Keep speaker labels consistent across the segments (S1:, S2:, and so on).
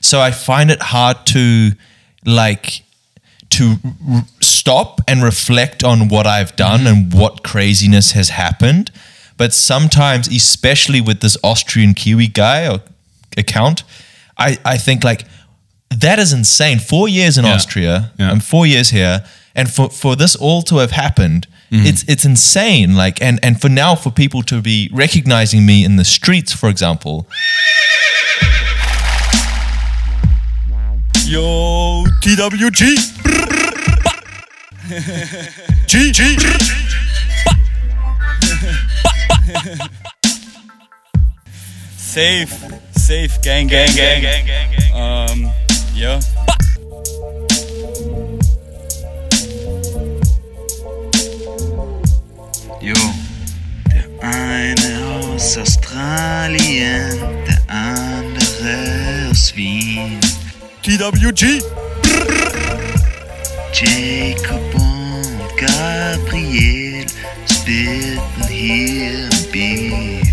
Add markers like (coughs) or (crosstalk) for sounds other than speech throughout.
S1: so I find it hard to like to r- stop and reflect on what I've done and what craziness has happened. But sometimes, especially with this Austrian Kiwi guy or account, I, I think like that is insane. Four years in
S2: Yeah.
S1: Austria,
S2: Yeah.
S1: I'm four years here, and for, for this all to have happened,
S2: Mm-hmm.
S1: it's it's insane. Like and and for now for people to be recognizing me in the streets, for example.
S2: Yo, TWG. G, G.
S3: Safe, safe, gang, gang, gang, gang, gang, gang. Um, yeah.
S4: Jo. Der eine aus Australien, der andere aus Wien.
S2: TWG.
S4: Jacob und Gabriel spitten hier im Beat.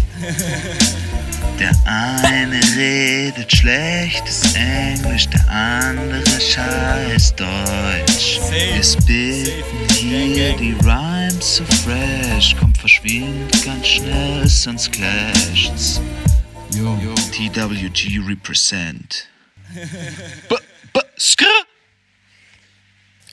S4: Der eine redet schlechtes Englisch, der andere scheiß Deutsch. Wir spitten hier die Rhymes so fresh, kommt verschwind ganz schnell, sonst clasht's. TWG represent.
S5: (laughs)
S4: B -b -skr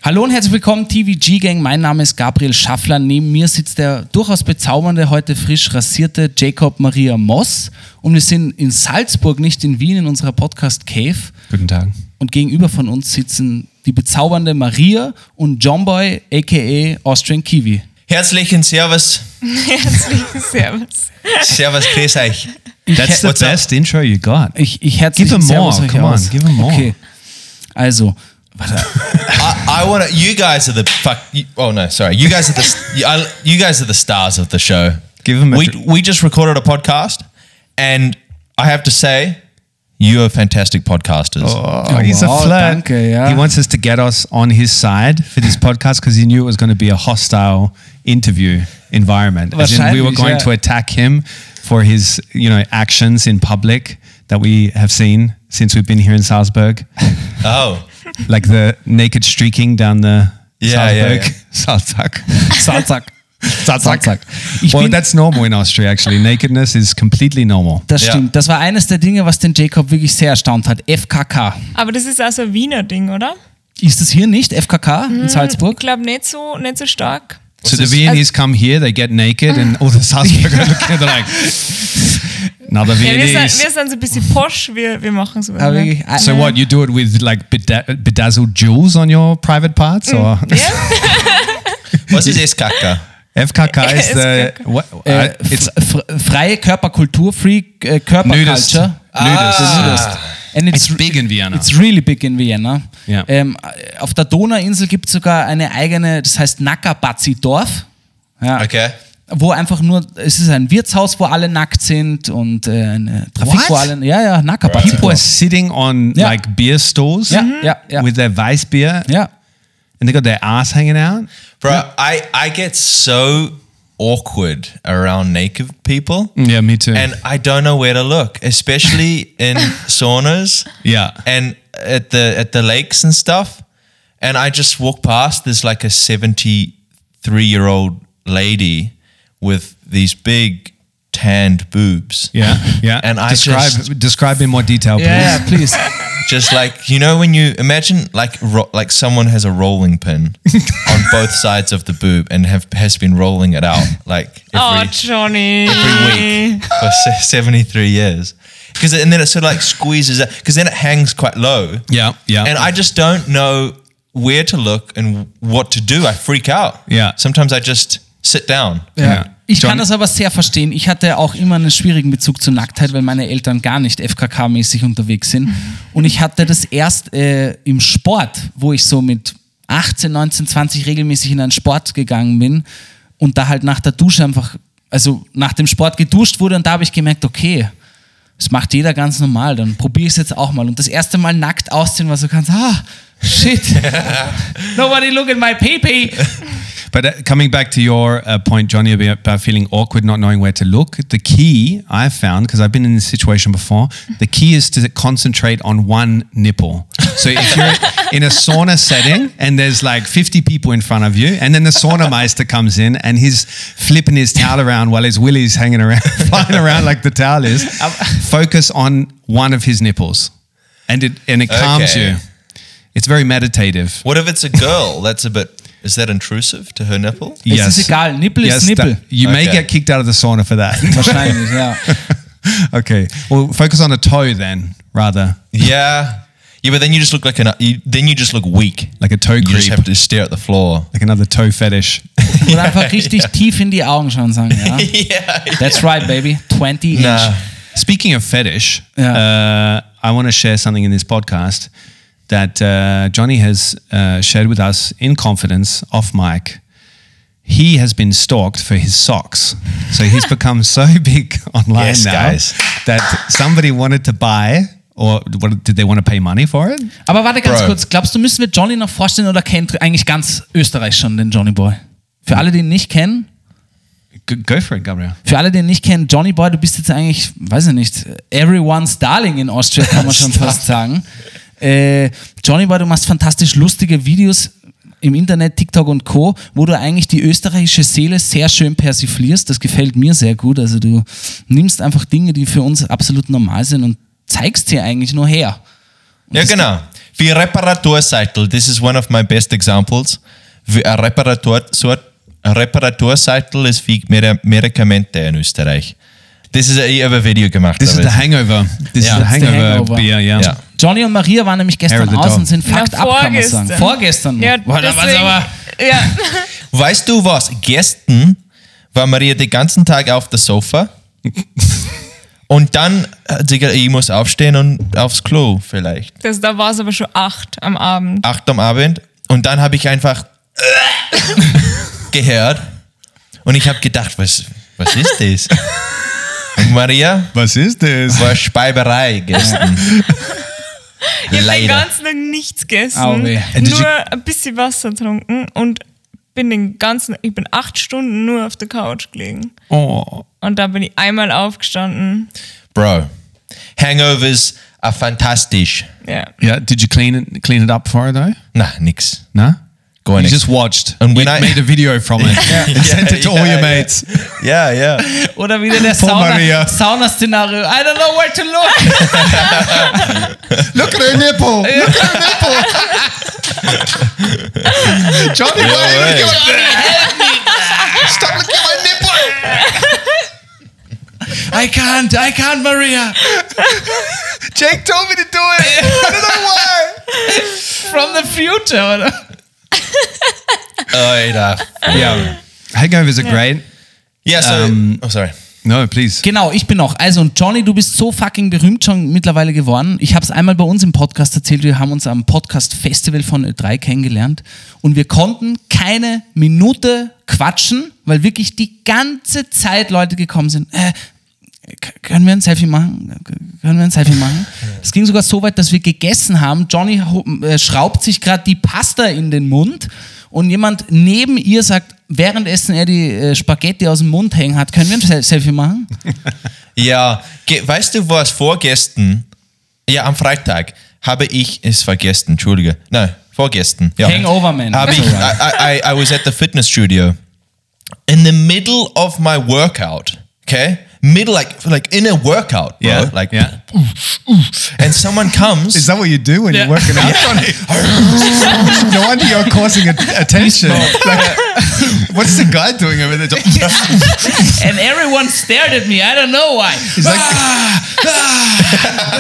S6: Hallo und herzlich willkommen, TVG Gang. Mein Name ist Gabriel Schaffler. Neben mir sitzt der durchaus bezaubernde, heute frisch rasierte Jacob Maria Moss. Und wir sind in Salzburg, nicht in Wien, in unserer Podcast Cave.
S2: Guten Tag.
S6: Und gegenüber von uns sitzen die bezaubernde Maria und Johnboy, aka Austrian Kiwi.
S1: Herzlichen Servus.
S7: Herzlichen Servus.
S1: Servus, grüß euch.
S2: (laughs) That's the
S1: What's up?
S2: best intro you got.
S6: Ich, ich herzlich
S2: Give 'em more, come on, give 'em more.
S6: Okay. Also, (laughs)
S1: I, I want to. You guys are the fuck. You, oh no, sorry. You guys are the. (laughs) s- you, I, you guys are the stars of the show.
S2: Give 'em a
S1: We
S2: dr-
S1: we just recorded a podcast, and I have to say, you are fantastic podcasters.
S2: Oh, he's a
S6: wow,
S2: flirt.
S6: danke, ja.
S2: He wants us to get us on his side for
S6: (laughs)
S2: this podcast because he knew it was going to be a hostile interview environment. As in, we were
S6: Wahrscheinlich,
S2: going
S6: ja.
S2: to attack him for his, you know, actions in public that we have seen since we've been here in Salzburg,
S6: (laughs)
S1: Oh,
S2: like the naked streaking down the
S1: Yeah, yeah,
S2: Salzburg, (laughs) Salzburg,
S6: Salzak.
S2: Salzburg. (laughs)
S6: Ich
S2: Well,
S6: bin-
S2: that's normal in Austria. Actually, nakedness is completely normal.
S6: das
S1: Ja.
S6: stimmt. Das war eines der Dinge, was den Jacob wirklich sehr erstaunt hat. FKK.
S7: Aber das ist auch so ein Wiener Ding, oder?
S6: Ist es hier nicht FKK in
S7: Ich
S6: Salzburg?
S7: glaube nicht so, nicht so stark.
S2: So the Viennese come here, they get naked, and (laughs) all the Salzburgers look at them like, another
S7: Ja, wir, sind,
S2: Viennese.
S7: wir sind so ein bisschen posch, wir, ne? wir machen sowas.
S6: Aber
S7: nicht.
S6: wirklich, ah,
S2: So what, you do it with like beda- bedazzled jewels on your private parts? Or (laughs)
S7: Ja?
S1: what's this kaka?
S2: FKK is the,
S7: SKK.
S2: what,
S6: Äh,
S2: uh, it's
S6: f- fr- freie Körperkultur, Free äh,
S2: nudist.
S6: Körperculture.
S2: Nudist. Ah.
S6: And
S2: It's big in Vienna.
S6: It's really big in Vienna.
S2: Ja.
S6: Ähm, auf der Donauinsel gibt es sogar eine eigene, das heißt Nakabazi-Dorf. Ja,
S1: Okay.
S6: Wo einfach nur, es ist ein Wirtshaus, wo alle nackt sind und äh, eine Trafik,
S2: What?
S6: wo alle, ja, ja,
S2: People are
S6: Nakabazi-Dorf.
S2: sitting on
S6: Yeah.
S2: like beer stores
S6: Yeah, Mhm. yeah, yeah.
S2: with their Weiss beer
S6: Ja.
S2: and they got their ass hanging out.
S1: Bro, I I get so awkward around naked people,
S2: Yeah, me too.
S1: and I don't know where to look, especially
S2: (laughs)
S1: in saunas.
S2: yeah.
S1: and at the at the lakes and stuff. And I just walk past. There's like a seventy three year old lady with these big tanned boobs.
S2: yeah, yeah.
S1: And I
S2: describe
S1: just-
S2: describe in more detail, please.
S6: Ja, ja, please.
S1: Just like you know when you imagine like ro- like someone has a rolling pin on both sides of the boob and have has been rolling it out like
S7: Oh,
S1: every,
S7: Johnny.
S1: every week (laughs) for se- seventy three years. Because and then it sort of like squeezes out. Because then it hangs quite low.
S2: (laughs) Yeah, yeah.
S1: and I just don't know where to look and what to do. I freak out.
S2: Yeah.
S1: Sometimes I just sit down.
S2: Yeah.
S6: Ich
S2: John-
S6: kann das aber sehr verstehen. Ich hatte auch immer einen schwierigen Bezug zur Nacktheit, weil meine Eltern gar nicht FKK-mäßig unterwegs (laughs) sind. Und ich hatte das erst äh, im Sport, wo ich so mit 18, 19, 20 regelmäßig in einen Sport gegangen bin und da halt nach der Dusche einfach, also nach dem Sport geduscht wurde und da habe ich gemerkt, okay, das macht jeder ganz normal, dann probiere ich es jetzt auch mal. Und das erste Mal nackt (laughs) ausziehen war so ganz, ah, shit, nobody look at my pee-pee.
S2: But uh, coming back to your uh, point, Johnny, about about feeling awkward, not knowing where to look, the key I've found, because I've been in this situation before, the key is to concentrate on one nipple. So if you're in a sauna setting and there's like 50 people in front of you, and then the sauna meister comes in and he's flipping his towel around while his willy's hanging around, (laughs) flying around like the towel is, focus on one of his nipples and it, and it calms
S1: Okay.
S2: you. It's very meditative.
S1: What if it's a girl? That's a bit. Is that intrusive to her nipple?
S6: Es ist egal, Nippel ist Nippel.
S2: that- you may
S1: Okay.
S2: get kicked out of the sauna for that.
S1: (laughs)
S6: Wahrscheinlich, ja.
S2: okay. Well, focus on a toe then, rather
S1: Yeah. Yeah, but then you just look like an. You, then you just look weak.
S2: like a toe
S1: You
S2: creep,
S1: just have to stare at the floor.
S2: like another
S1: (laughs)
S2: toe fetish.
S6: Und einfach (laughs) richtig tief in die Augen schauen und sagen, (laughs) ja. That's right, baby. 20 inch.
S1: Nah.
S2: Speaking of fetish,
S6: Yeah.
S2: uh, I want to share something in this podcast that uh, Johnny has uh, shared with us in confidence off mic. He has been stalked for his socks. So he's
S1: (laughs)
S2: become so (laughs) big online
S1: Yes,
S2: now
S1: guys.
S2: that somebody wanted to buy, or what, did they want to pay money for it?
S6: Aber warte ganz
S1: Bro.
S6: kurz. Glaubst du, müssen wir Johnny noch vorstellen oder kennt eigentlich ganz Österreich schon den Johnny Boy? Für alle, die ihn nicht kennen,
S2: Go, go for it, Gabriel.
S6: für alle, die ihn nicht kennen, Johnny Boy, du bist jetzt eigentlich, weiß ich nicht, everyone's darling in Austria, kann man
S2: (laughs)
S6: schon fast sagen. Äh, Johnny Boy, du machst fantastisch lustige Videos im Internet, TikTok und Co., wo du eigentlich die österreichische Seele sehr schön persiflierst. Das gefällt mir sehr gut. Also du nimmst einfach Dinge, die für uns absolut normal sind und zeigst sie eigentlich nur her.
S1: Ja, genau. Wie Reparaturscheitel. This is one of my best examples. Wie ein Reparatur, so ein Reparaturscheitel ist wie Medi- Medikamente in Österreich. Das ist, ich habe ein Video gemacht.
S2: This is
S1: aber
S2: the
S1: es-
S2: hangover. This
S1: Yeah.
S2: is the
S1: That's
S6: the
S2: hangover,
S6: hangover.
S2: beer, yeah.
S1: Yeah.
S6: Johnny und Maria waren nämlich gestern
S2: Harry the
S6: aus
S2: Dog.
S6: und sind
S7: Na,
S6: fucked up, kann man sagen.
S7: vorgestern.
S6: Vorgestern.
S7: Ja,
S6: Boah, da war's
S7: deswegen,
S6: aber-
S7: ja.
S1: Weißt du was? Gestern war Maria den ganzen Tag auf dem Sofa und dann hat sie gesagt, ich muss aufstehen und aufs Klo vielleicht.
S7: Das, da war es aber schon acht am Abend.
S1: acht am Abend und dann habe ich einfach gehört und ich habe gedacht, was, was ist das? Und Maria
S2: Was is this?
S1: war Speiberei gestern.
S7: Ich habe den
S1: Leider.
S7: ganzen Tag nichts gegessen,
S6: Au weh.
S2: did you-
S7: nur ein bisschen Wasser getrunken und bin den ganzen, ich bin acht Stunden nur auf der Couch gelegen.
S2: Oh.
S7: Und da bin ich einmal aufgestanden.
S1: Bro, Hangovers are fantastisch.
S7: Ja.
S2: Yeah. Did you clean it clean it up for her though?
S1: Na, nix.
S2: No?
S1: Gar
S2: You
S1: nix.
S2: just watched
S1: And
S2: and we
S1: when I-
S2: made a video from (laughs) it and sent it to all your mates.
S1: Ja, ja.
S6: Oder wieder
S2: (laughs)
S6: der
S2: Poor
S6: Sauna-
S2: Maria.
S6: Sauna-Szenario. I don't know where to
S2: (laughs)
S6: look.
S2: Look at her nipple. Look at her (laughs) nipple. Johnny, why are you
S1: way.
S2: doing that? Stop looking at my nipple.
S6: I can't, I can't, Maria.
S2: Jake told me to do it. I don't know why.
S6: From the future, oder?
S1: Alter.
S2: Yeah. Hangovers are great.
S1: Ja, so.
S2: Ähm,
S1: oh, sorry.
S2: No, please.
S6: Genau, ich bin noch. Also und Johnny, du bist so fucking berühmt schon mittlerweile geworden. Ich habe es einmal bei uns im Podcast erzählt. Wir haben uns am Podcast Festival von Ö3 kennengelernt und wir konnten keine Minute quatschen, weil wirklich die ganze Zeit Leute gekommen sind. Äh, k- können wir ein Selfie machen? K- Können wir ein Selfie machen? Es ging sogar so weit, dass wir gegessen haben. Johnny ho- äh, schraubt sich gerade die Pasta in den Mund und jemand neben ihr sagt, währenddessen er die äh, Spaghetti aus dem Mund hängen hat, können wir ein Sel- Selfie machen?
S1: Ja, ge- weißt du was, vorgestern, ja, am Freitag habe ich es vergessen, Entschuldige. Nein, vorgestern. Ja.
S6: Hangover, man.
S1: Habe ich, I,
S6: That's alright.
S1: I, I was at the fitness studio. In the middle of my workout, okay? Middle, like, like in a workout, bro.
S2: Yeah.
S1: Like,
S2: yeah.
S1: (laughs) and someone comes. (laughs)
S2: Is that what you do when you're working out, Johnny? no wonder you're causing a- attention. Like, (laughs) what's the guy doing over (laughs) there?
S6: And everyone stared at me. I don't know why.
S2: He's like, (laughs)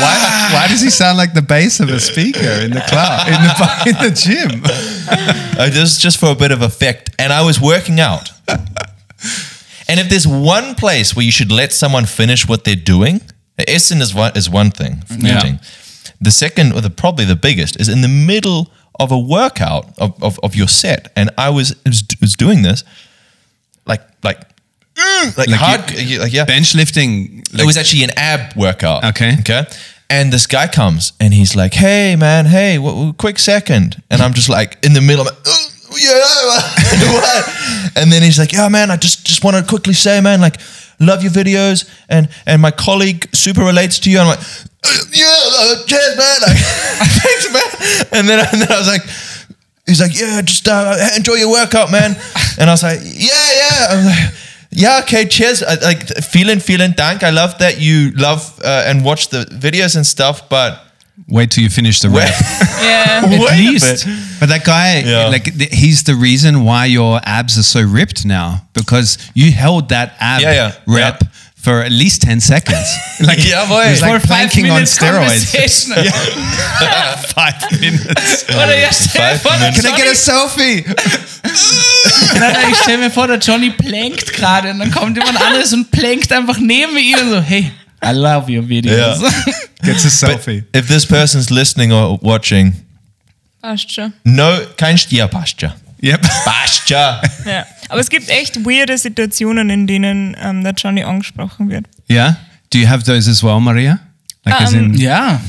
S2: why, why does he sound like the bass of a speaker in the club, in the, in the gym?
S1: (laughs) Uh, this is just for a bit of effect. And I was working (laughs) out. and if there's one place where you should let someone finish what they're doing, Essen is one, is one thing. finishing. The second, or the probably the biggest, is in the middle of a workout of, of, of your set. And I was, was was doing this, like like Mm, like, hard, like yeah,
S2: Bench lifting.
S1: it was actually an ab workout.
S2: Okay.
S1: Okay. And this guy comes and he's like, "Hey, man, hey, w- w- quick second. And I'm just like in the middle. I'm like, "Ugh, yeah. (laughs) and then he's like, yeah, man, I just just want to quickly say, man, like, love your videos, and and my colleague super relates to you. And I'm like, yeah, uh, cheers, man. Like, (laughs) Thanks, man. And then, (laughs) and then I was like. He's like, yeah, just uh, enjoy your workout,
S2: (laughs)
S1: man. And I was like, yeah, yeah. I was like, yeah, okay, cheers. I, like, vielen, vielen Dank. I love that you love uh, and watch the videos and stuff,
S2: (laughs)
S1: but
S2: Wait till you finish the (laughs) rap.
S6: (laughs)
S7: Yeah.
S6: Oh.
S1: Wait a
S2: At
S1: bit.
S2: least. But that guy,
S1: Yeah.
S2: like, th- he's the reason why your abs are so ripped now because you held that ab
S1: Yeah, yeah.
S2: rep
S1: Yeah.
S2: for at least 10 seconds. Like,
S1: Jawohl.
S2: it was
S1: For
S2: like planking on steroids.
S6: Yeah.
S2: (laughs)
S1: uh,
S2: Five minutes.
S6: Oder ja, stell dir vor, der
S2: Can I
S6: Johnny,
S2: get a selfie?
S6: nein, nein, ich stell mir vor, der Johnny plankt gerade und dann kommt jemand anderes und plankt einfach neben ihm und so, hey, I love your videos.
S2: Gets a
S1: But if this person's listening or watching,
S7: Passt schon.
S1: no, kein St ja, passt ja. (laughs)
S2: Yep.
S1: Passt ja.
S7: Ja. Aber es gibt echt weirde Situationen, in denen ähm, der Johnny angesprochen wird.
S2: Yeah. Do you have those as well, Maria? Like, as
S6: (laughs)
S2: in,
S6: Ja,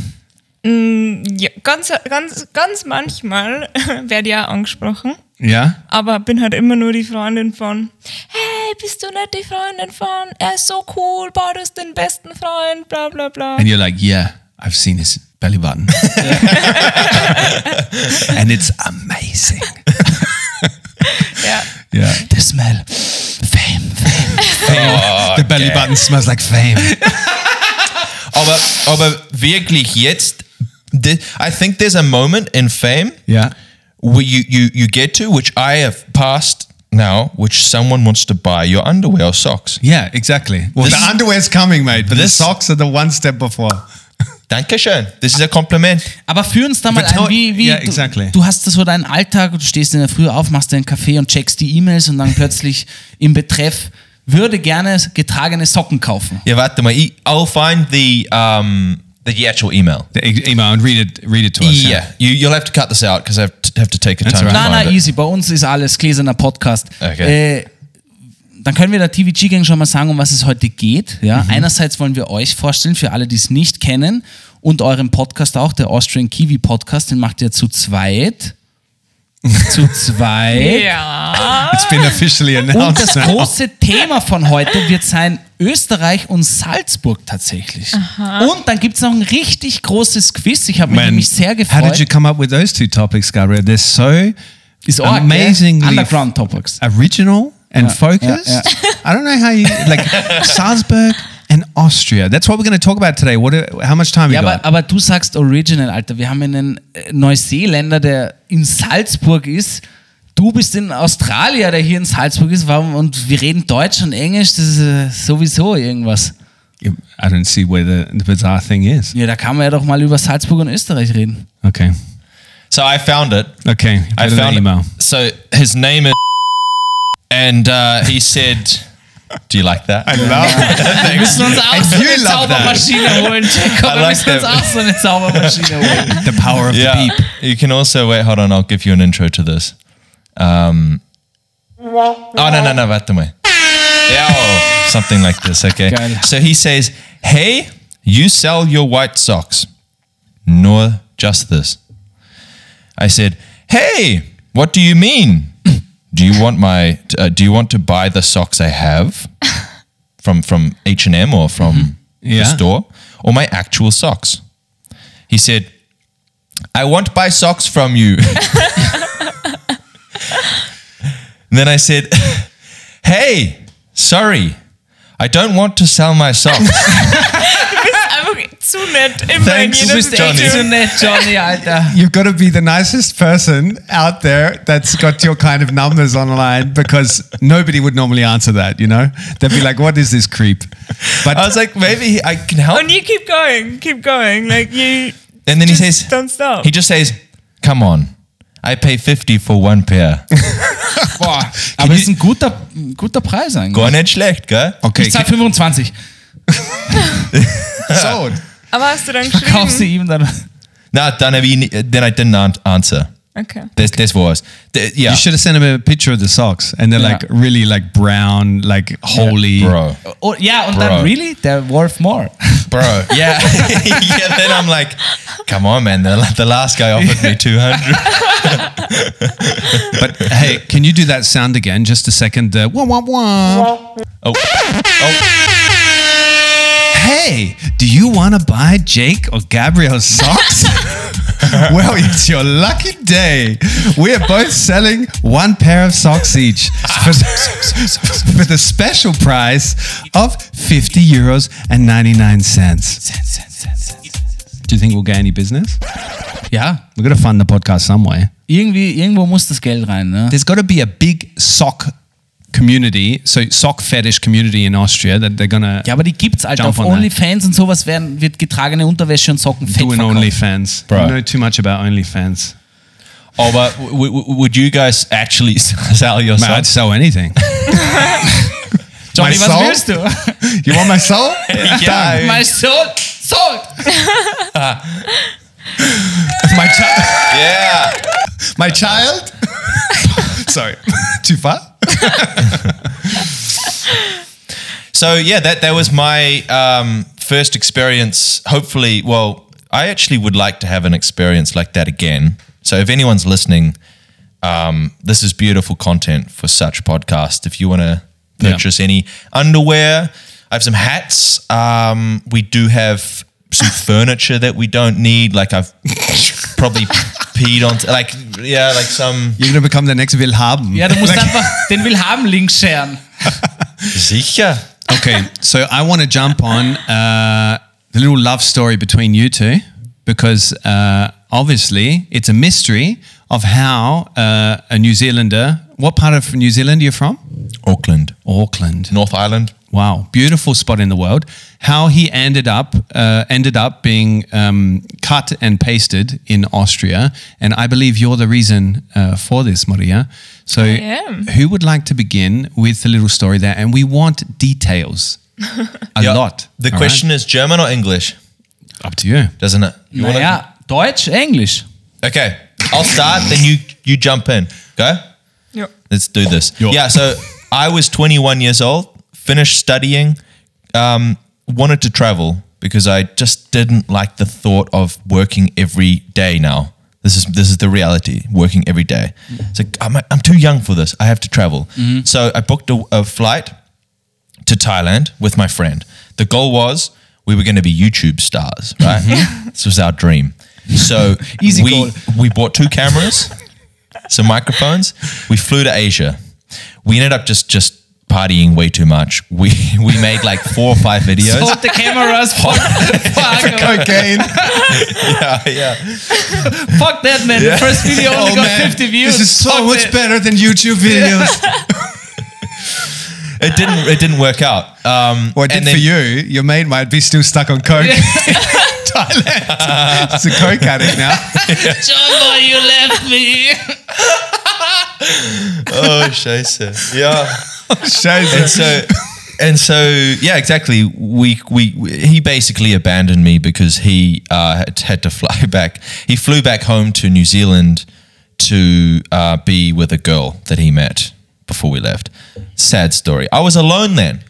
S7: Ja, ganz, ganz, ganz manchmal (laughs) werde ich auch angesprochen,
S2: yeah.
S7: aber bin halt immer nur die Freundin von, hey, bist du nicht die Freundin von, er ist so cool, boah, du hast den besten Freund, bla bla bla.
S2: And you're like, yeah, I've seen his belly (laughs) button. and it's amazing.
S7: Ja.
S2: Yeah.
S6: the smell, fame, fame.
S2: the belly button smells like fame.
S1: Aber, aber wirklich jetzt, thi- I think there's a moment in fame
S2: Yeah.
S1: where you, you, you get to, which I have passed now, which someone wants to buy your underwear or socks.
S2: Yeah, exactly. Well,
S1: This
S2: the
S1: is-
S2: underwear's coming, mate, but
S1: This-
S2: the socks are the one step before.
S1: Dankeschön. This is a compliment.
S6: Aber führ uns da mal
S2: Vertrau-
S6: ein, wie, wie
S2: Ja,
S6: du,
S2: exactly.
S6: du hast das so deinen Alltag, du stehst in der Früh auf, machst deinen Kaffee und checkst die E-Mails und dann plötzlich im Betreff würde gerne getragene Socken kaufen.
S1: Ja, warte mal. I- I'll find the, um, the actual email.
S2: The e- email and read it. Read it to us.
S1: Yeah, you, you'll have to cut this out because I have to, have to take a
S2: That's
S1: time
S2: all
S1: to
S2: right.
S6: Na,
S1: find
S6: na,
S1: it.
S6: easy. Bei uns ist alles gläserner Podcast.
S1: Okay.
S6: Äh, dann können wir der TVG-Gang schon mal sagen, um was es heute geht. Ja? Einerseits wollen wir euch vorstellen, für alle, die es nicht kennen, und euren Podcast auch, der Austrian Kiwi Podcast, den macht ihr zu zweit. zu zweit.
S7: Ja.
S2: It's been officially
S6: Und das
S2: announced. now.
S6: große Thema von heute wird sein Österreich und Salzburg tatsächlich. Und dann gibt es noch ein richtig großes Quiz. Ich habe mich
S2: Man,
S6: nämlich sehr
S2: How did you
S6: gefreut.
S2: come up with those two topics, Gabriel? They're so
S6: Ist arg, gell?
S2: amazingly
S6: Underground Topics.
S2: original and
S6: Yeah,
S2: focused.
S6: yeah,
S2: I don't know how you like Salzburg and Austria. That's what we're going to talk about today. What? do- How much time
S6: Ja,
S2: you got?
S6: aber, aber du sagst Original, Alter. Wir haben einen äh, Neuseeländer, der in Salzburg ist. Du bist in Australier, der hier in Salzburg ist. Warum? Und wir reden Deutsch und Englisch. Das ist äh, sowieso irgendwas.
S1: uh,
S2: I don't see where the, the bizarre thing is.
S6: Ja, da kann man ja doch mal über Salzburg und Österreich reden.
S2: Okay.
S1: So I found it.
S2: Okay.
S1: I
S2: Better than
S1: found it.
S2: email.
S1: So his name is, and uh, he said, "Do you like that?" I
S6: Wir müssen uns auch so
S2: you
S6: eine
S2: love
S6: Zaubermaschine holen, Jacob.
S1: I
S6: Wir
S1: like
S6: müssen uns
S1: that.
S6: auch so eine (laughs) Zaubermaschine holen.
S2: The power of the
S1: yeah.
S2: beep.
S1: You can also wait. Hold on. I'll give you an intro to this. Um, oh no no no! Wait a minute. Yeah, oh, something like this. Okay.
S6: Geil.
S1: So he says, "Hey, you sell your white socks, nor just this." I said, "Hey, what do you mean? Do you want my? Uh, do you want to buy the socks I have from from H and M or from the
S2: Yeah.
S1: store or my actual socks?" He said, "I won't buy socks from you." (laughs) and then I said, (laughs) "Hey, sorry." I don't want to sell my socks.
S7: Einfach zu nett, immer
S1: Thanks,
S7: in
S1: du
S7: jeder
S1: bist Johnny.
S6: Echt so
S7: Situation.
S6: nett, Johnny, Alter.
S2: You've got to be the nicest person out there that's got your kind of numbers online because nobody would normally answer that, you know? They'd be like, what is this creep? But
S1: I was like, maybe I can help.
S7: Und you keep going, keep going, like you
S1: And then he
S7: just
S1: says,
S7: don't stop.
S1: He just says, "Come on, I pay fifty for one pair."
S6: Boah. Aber das ist ein guter, ein guter Preis eigentlich.
S1: Gar nicht schlecht, gell?
S2: okay,
S6: Ich zahl 25.
S2: sold.
S7: Aber hast du dann
S6: Kauf sie
S7: geschrieben?
S6: ihm dann.
S1: No, then I mean, then I didn't an- answer.
S7: Okay.
S1: This this was Th- yeah,
S2: You should have sent him a picture of the socks and they're
S6: Yeah.
S2: like really like brown, like holy.
S1: bro,
S6: Oh, ja, und
S1: Bro.
S6: dann, really? Der Wolf More.
S1: bro. Yeah, (laughs) yeah. Then I'm like, come on, man. The, the last guy offered me two hundred.
S2: But hey, can you do that sound again? Just a second. The wah wah wah.
S1: Oh,
S2: Hey, do you want to buy Jake or Gabriel's socks? (laughs) well, it's your lucky day. We are both selling one pair of socks each for, for the (laughs) special price of 50 euros and 99 cents. Do you think we'll get any business?
S6: (laughs) Ja,
S2: We're going to fund the podcast some way.
S6: irgendwie, irgendwo muss das Geld rein. Ne?
S2: There's got to be a big sock community, so sock fetish community in Austria that they're going to
S6: Ja, aber die gibt's, Alter.
S2: Jump
S6: Auf
S2: on that.
S6: OnlyFans und sowas werden, wird getragene Unterwäsche und Socken fett
S2: do in
S6: verkauft.
S2: OnlyFans.
S1: Bro.
S2: You know too much about OnlyFans.
S1: (laughs) oh, but w- w- would you guys actually (laughs) sell
S2: Man, I'd
S1: yourself?
S2: sell (laughs) anything.
S6: Johnny,
S2: My
S6: was
S2: soul?
S6: willst du?
S2: you want my soul?
S1: (laughs) Yeah.
S6: Mein Sohn, Sohn!
S2: (laughs) my, chi-
S1: Yeah.
S2: my child? (laughs) Sorry. too far?
S1: So yeah, that that was my um, first experience. Hopefully, well, I actually would like to have an experience like that again. So if anyone's listening, um, this is beautiful content for such podcast. If you want to
S2: Yeah.
S1: purchase any underwear, I have some hats. Um, we do have some (laughs) furniture that we don't need. Like I've (laughs) probably peed on, like yeah, like some
S2: You're going to become the next Will Haben.
S6: Ja, du musst einfach den Willhaben-Link scheren.
S1: sicher.
S2: Okay, so I want to jump on uh, the little love story between you two because uh, obviously it's a mystery of how uh, a New Zealander. What part of New Zealand are you from?
S1: Auckland,
S2: Auckland.
S1: North Island.
S2: Wow, beautiful spot in the world. How he ended up uh, ended up being um, cut and pasted in Austria, and I believe you're the reason uh, for this, Maria. So,
S7: am.
S2: who would like to begin with the little story there? And we want details, (laughs) a
S1: Yeah.
S2: lot.
S1: The
S2: all
S1: question is German or English,
S2: right? up to (laughs) you.
S1: doesn't it? You wanna-
S6: Naja, Deutsch, English.
S1: Okay, I'll start. then you you jump in. Go.
S7: Ja.
S1: Let's do this.
S2: Yo.
S1: Yeah. So I was 21 years old, finished studying, um, wanted to travel because I just didn't like the thought of working every day. Now this is this is the reality. Working every day. So I'm I'm too young for this. I have to travel.
S6: Mm-hmm.
S1: So I booked a, a flight to Thailand with my friend. The goal was we were going to be YouTube stars, right? this was our dream. So
S6: Mm-hmm. (laughs) Easy
S1: we
S6: goal.
S1: we bought two cameras, some microphones. We flew to Asia. We ended up just just partying way too much. We (laughs) we made like four or
S2: (laughs)
S1: five videos.
S6: Hold the cameras. Fuck, fuck, (laughs)
S2: Cocaine.
S1: yeah, yeah.
S6: fuck that, man. The first video only got 50 views.
S2: Oh, This is so
S6: Fuck
S2: much
S6: that.
S2: better than
S6: (laughs)
S2: YouTube videos.
S1: It didn't it didn't work out. Um,
S2: Or it did
S1: and then-
S2: for you. Your mate might be still stuck on
S6: (laughs)
S2: coke. (laughs) Thailand. it's a coke addict now.
S6: Jumbo, you left me.
S1: (laughs) Oh, scheiße. Yeah. and
S2: Scheiße.
S1: so and so yeah exactly we, we he basically abandoned me because he uh, had, had to fly (laughs) back he flew back home to new zealand to uh, be with a girl that he met before we left sad story i was alone then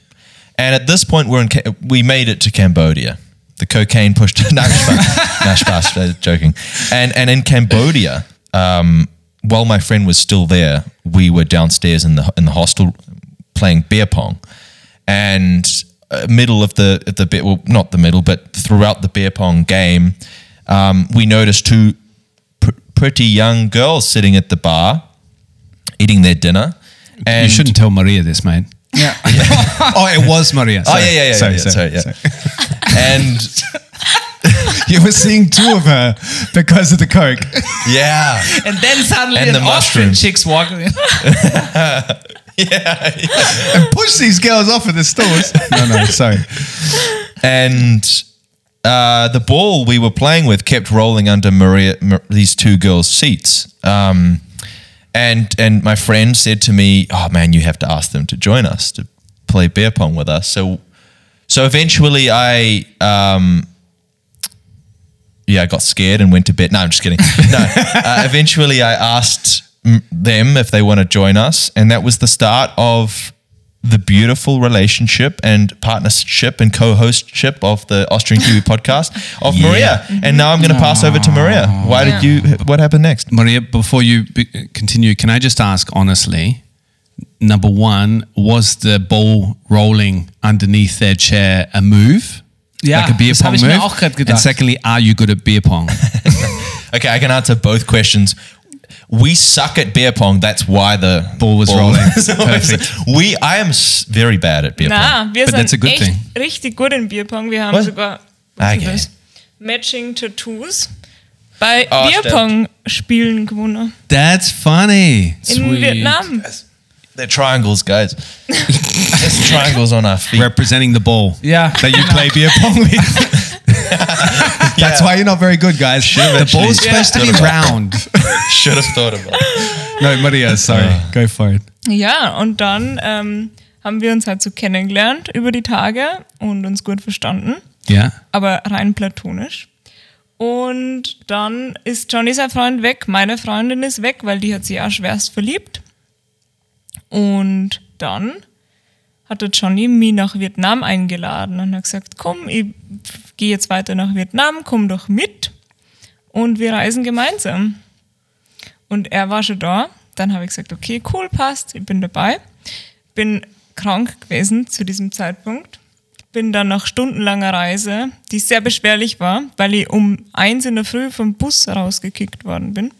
S1: and at this point we're in Ca- we made it to cambodia the cocaine pushed (laughs) nash nash (laughs) joking and and in cambodia um, while my friend was still there we were downstairs in the in the hostel playing beer pong, and uh, middle of the of the bit, well, not the middle, but throughout the beer pong game, um, we noticed two pr- pretty young girls sitting at the bar, eating their dinner. And
S2: You shouldn't tell Maria this, mate.
S6: Ja.
S2: (laughs) Oh, it was Maria.
S1: Oh
S2: Sorry.
S1: yeah, yeah, yeah,
S2: Sorry,
S1: yeah,
S2: sorry,
S1: sorry, yeah. (laughs)
S2: sorry. (laughs)
S1: and
S2: You were seeing two of her because of the (laughs) coke.
S1: yeah,
S6: And then suddenly
S1: And
S6: an
S1: the
S6: Austrian
S1: mushroom.
S6: chicks walk
S2: (laughs)
S6: in.
S2: and push these girls off of the stores. (laughs) No, no, sorry.
S1: and uh, the ball we were playing with kept rolling under Maria, Mar- these two girls' seats. Um, and and my friend said to me, "Oh man, you have to ask them to join us to play beer pong with us." So so eventually, I um, yeah, I got scared and went to bed. No, I'm just kidding. No, uh, eventually, I asked mm, them if they want to join us, and that was the start of the beautiful relationship and partnership and co-hostship of the Austrian Kiwi (laughs) podcast of Maria. And now I'm going to pass over to Maria. Why did you? What happened next?
S2: Maria, before you be- continue, can I just ask honestly? Number one, was the ball rolling underneath their chair a move?
S6: Ja,
S2: like a beer
S6: das
S2: pong
S6: habe ich
S2: move?
S6: mir auch gerade gedacht.
S2: And secondly, are you good at
S1: (laughs)
S2: beer pong?
S1: Okay, I can answer both questions. We suck at beer pong. That's why the
S2: Ball was
S1: (laughs)
S2: rolling. (laughs)
S1: was-
S2: Perfect.
S1: We, I am s- very bad at beer
S7: Na,
S1: pong.
S7: wir
S2: But that's a
S7: sind
S2: good
S7: echt
S2: thing. Ah,
S7: richtig gut in Bierpong. Wir haben
S1: Was?
S7: sogar was ist
S1: Okay.
S7: das? Matching Tattoos bei
S1: Ah,
S7: Bierpong-Spielen gewonnen.
S2: That's funny.
S7: In
S6: Sweet.
S7: Vietnam.
S1: They're triangles, guys. There's triangles on our feet.
S2: Representing the ball.
S6: Ja.
S2: That you play beer pong with. (laughs) That's why you're not very good, guys. the
S1: actually
S2: ball's supposed to be round.
S1: Should have thought about it.
S2: no, Maria, sorry. Go for it.
S7: Ja, und dann ähm, haben wir uns halt so kennengelernt über die Tage und uns gut verstanden,
S2: Yeah.
S7: aber rein platonisch. Und dann ist Johnny sein Freund weg, meine Freundin ist weg, weil die hat sich auch schwerst verliebt. Und dann hat der Johnny mich nach Vietnam eingeladen und hat gesagt, komm, ich gehe jetzt weiter nach Vietnam, komm doch mit und wir reisen gemeinsam. Und er war schon da. Dann habe ich gesagt, okay, cool, passt, ich bin dabei. Bin krank gewesen zu diesem Zeitpunkt. Bin dann nach stundenlanger Reise, die sehr beschwerlich war, weil ich um eins in der Früh vom Bus rausgekickt worden bin.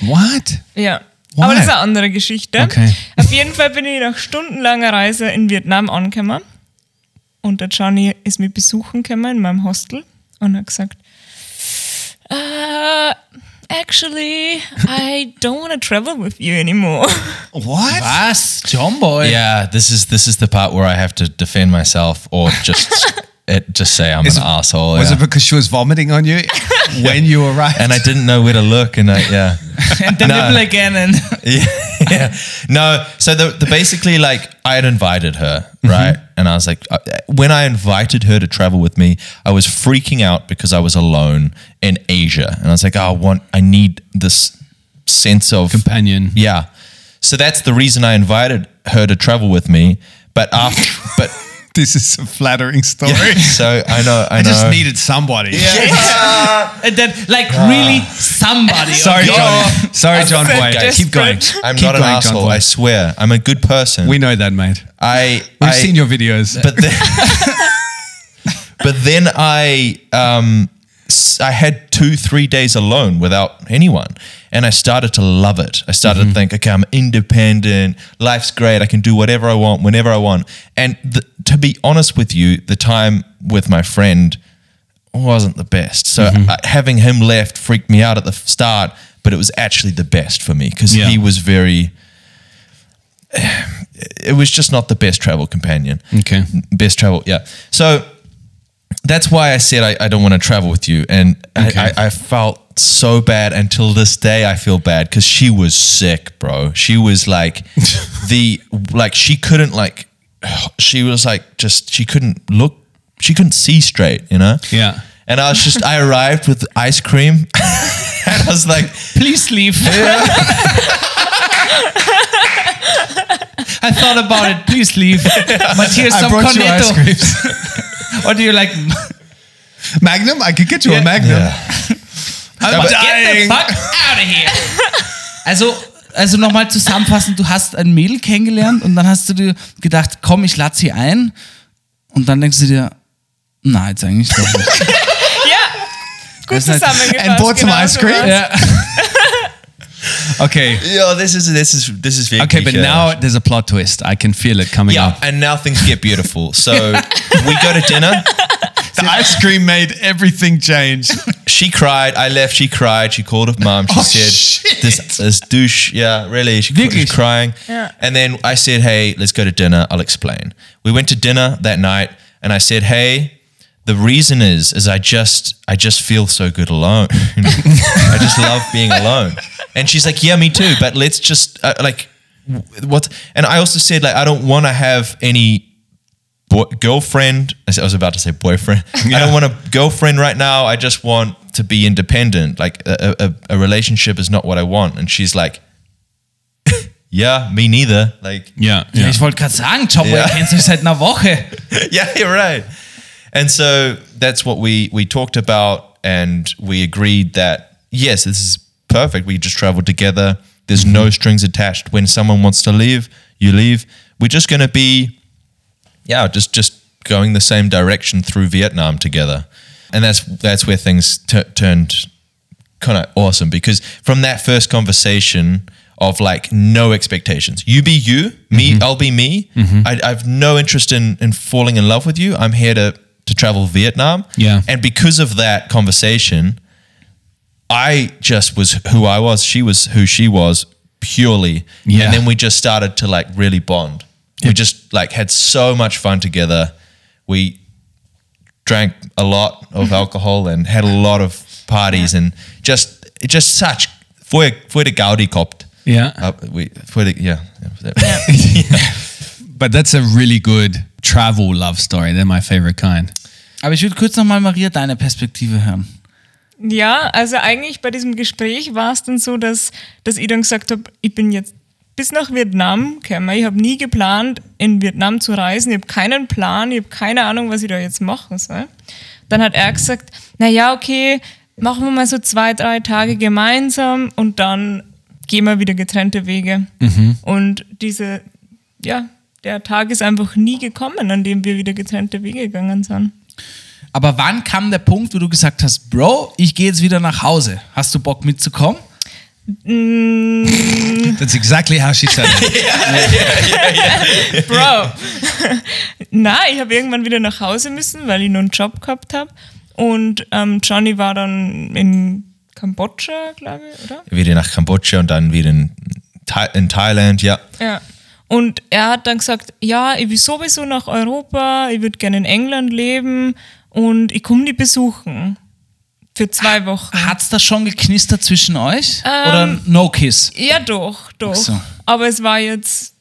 S2: What?
S7: Ja.
S2: Why?
S7: Aber das ist eine andere Geschichte.
S2: Okay.
S7: Auf jeden Fall bin ich nach stundenlanger Reise in Vietnam angekommen. Und der Johnny ist mich besuchen gekommen in meinem Hostel und hat gesagt, "Uh, actually, I don't want to travel with you anymore. (laughs)
S2: What?
S6: Was? Johnboy?
S1: Yeah, this is this is the part where I have to defend myself or just (laughs) it, just say I'm
S2: Is
S1: an
S2: it-
S1: asshole.
S2: Was
S1: yeah.
S2: it because she was vomiting on (laughs) you when you arrived?
S1: and I didn't know where to look, and I yeah.
S6: And the
S1: No.
S6: nipple again. And
S1: yeah. No. So the, the basically like I had invited her,
S2: Mm-hmm.
S1: right? And I was like, I- when I invited her to travel with me, I was freaking out because I was alone in Asia, and I was like, oh, I want, I need this sense of
S2: Companion.
S1: Yeah. So that's the reason I invited her to travel with me. But after,
S2: (laughs)
S1: but
S2: (laughs) This is a flattering story. (laughs)
S1: so I know, I,
S2: I
S1: know.
S2: just needed somebody.
S6: and then, like, really somebody.
S2: Ah. Sorry,
S6: okay?
S2: John. Sorry, John
S7: so
S2: Boy. Keep going.
S7: desperate.
S1: I'm
S2: Keep
S1: not an
S2: going, John
S1: asshole.
S2: Boy.
S1: I swear, I'm a good person.
S2: we know that, mate.
S1: I
S2: We've
S1: I,
S2: seen your videos.
S1: but then, but then (laughs) I um, s- I had two three days alone without anyone, and I started to love it. I started to think, okay, I'm independent. Life's great. I can do whatever I want whenever I want. And th- to be honest with you, the time with my friend wasn't the best. So uh, having him left freaked me out at the f- start, but it was actually the best for me because
S2: Yeah.
S1: he was very. It was just not the best travel companion
S2: okay.
S1: best travel. Yeah. So that's why I said I, I don't want to travel with you. And
S2: Okay.
S1: I, I, I felt so bad until this day. I feel bad because she was sick, bro. She was like
S2: (laughs)
S1: the, like she couldn't like, she was like just, she couldn't look, she couldn't see straight, you know?
S2: Yeah.
S1: And I was just, I arrived with ice cream (laughs) and I was like,
S6: Oh, Please leave. (laughs) I thought about it. Please
S2: (laughs)
S6: leave. But here's
S2: I
S6: some
S2: brought you ice
S6: cornetto.
S2: creams.
S6: Or do you like
S2: (laughs) Magnum? I could get you a
S1: (laughs)
S2: Magnum. I'm
S1: but-
S6: Get the
S2: dying.
S6: fuck out of here. Also, also nochmal zusammenfassend, du hast ein Mädel kennengelernt und dann hast du dir gedacht, komm, ich lade sie ein. Und dann denkst du dir, na, jetzt eigentlich doch nicht.
S7: ja, gut
S6: Das ist halt-
S7: zusammengefasst.
S2: And bought some
S7: genau
S2: ice
S7: so
S2: cream?
S7: war's.
S6: ja.
S2: (laughs) Okay.
S1: yo, this is, this is, this is very
S2: Okay, but
S1: cliche.
S2: now there's a plot twist. I can feel it coming
S1: yeah.
S2: up.
S1: And now things get beautiful. So
S2: (laughs)
S1: we go to dinner.
S2: The ice cream made everything change.
S1: she cried. I left. She cried. She called her mom. She
S2: Oh,
S1: said,
S2: shit.
S1: "This this douche." Yeah, really. She she was
S6: Wirklich?
S1: crying.
S7: Yeah.
S1: And then I said, "Hey, let's go to dinner. I'll explain." We went to dinner that night, and I said, "Hey." The reason is, is I just, I just feel so good alone. (laughs) I just love being alone. And she's like, yeah, me too. But let's just uh, like, w- what? And I also said, like, I don't want to have any boy, girlfriend. I s- I was about to say boyfriend. I don't want a girlfriend right now. I just want to be independent. Like a, a, a- a relationship is not what I want. And she's like, (laughs) yeah, me neither. Like,
S2: (laughs)
S1: (laughs)
S2: Yeah.
S6: Ja, ich wollte gerade sagen, Jobboy
S1: Ja.
S6: kennt sich seit einer Woche.
S1: yeah, you're right. And so that's what we we talked about, and we agreed that yes, this is perfect. We just travel together. There's no strings attached. When someone wants to leave, you leave. We're just going to be, yeah, just just going the same direction through Vietnam together, and that's that's where things tu- turned kind of awesome because from that first conversation of like no expectations you be you me i'll be me I, i've no interest in in falling in love with you i'm here to to travel vietnam
S2: Yeah.
S1: and because of that conversation i just was who i was she was who she was purely
S2: Yeah.
S1: and then we just started to like really bond we just like had so much fun together we drank a lot of alcohol and had a lot of parties and just it just such foi foi de Gaudi copt.
S2: Yeah.
S1: Uh, we foi de, yeah. (laughs)
S2: But that's a really good travel love story. They're my favorite kind.
S6: Aber ich würde kurz nochmal, Maria, deine Perspektive hören.
S7: Ja, also eigentlich bei diesem Gespräch war es dann so, dass, dass ich dann gesagt habe, ich bin jetzt bis nach Vietnam gekommen. Ich habe nie geplant, in Vietnam zu reisen. Ich habe keinen Plan, ich habe keine Ahnung, was ich da jetzt machen soll. Dann hat er gesagt, naja, okay, machen wir mal so zwei, drei Tage gemeinsam und dann gehen wir wieder getrennte Wege. Und diese, ja, der Tag ist einfach nie gekommen, an dem wir wieder getrennte Wege gegangen sind.
S6: Aber wann kam der Punkt, wo du gesagt hast, Bro, ich gehe jetzt wieder nach Hause. Hast du Bock mitzukommen?
S2: That's exactly how she said it.
S7: Bro. (laughs) Nein, ich habe irgendwann wieder nach Hause müssen, weil ich noch einen Job gehabt habe. Und ähm, Johnny war dann in Kambodscha, glaube ich, oder?
S1: wieder nach Kambodscha und dann wieder in, Tha in Thailand, ja.
S7: Ja. Und er hat dann gesagt, ja, ich will sowieso nach Europa, ich würde gerne in England leben und ich komme die besuchen. Für zwei Wochen.
S6: Hat's da schon geknistert zwischen euch? Oder No Kiss?
S7: Ja, doch, doch.
S6: Ach so.
S7: Aber es war jetzt,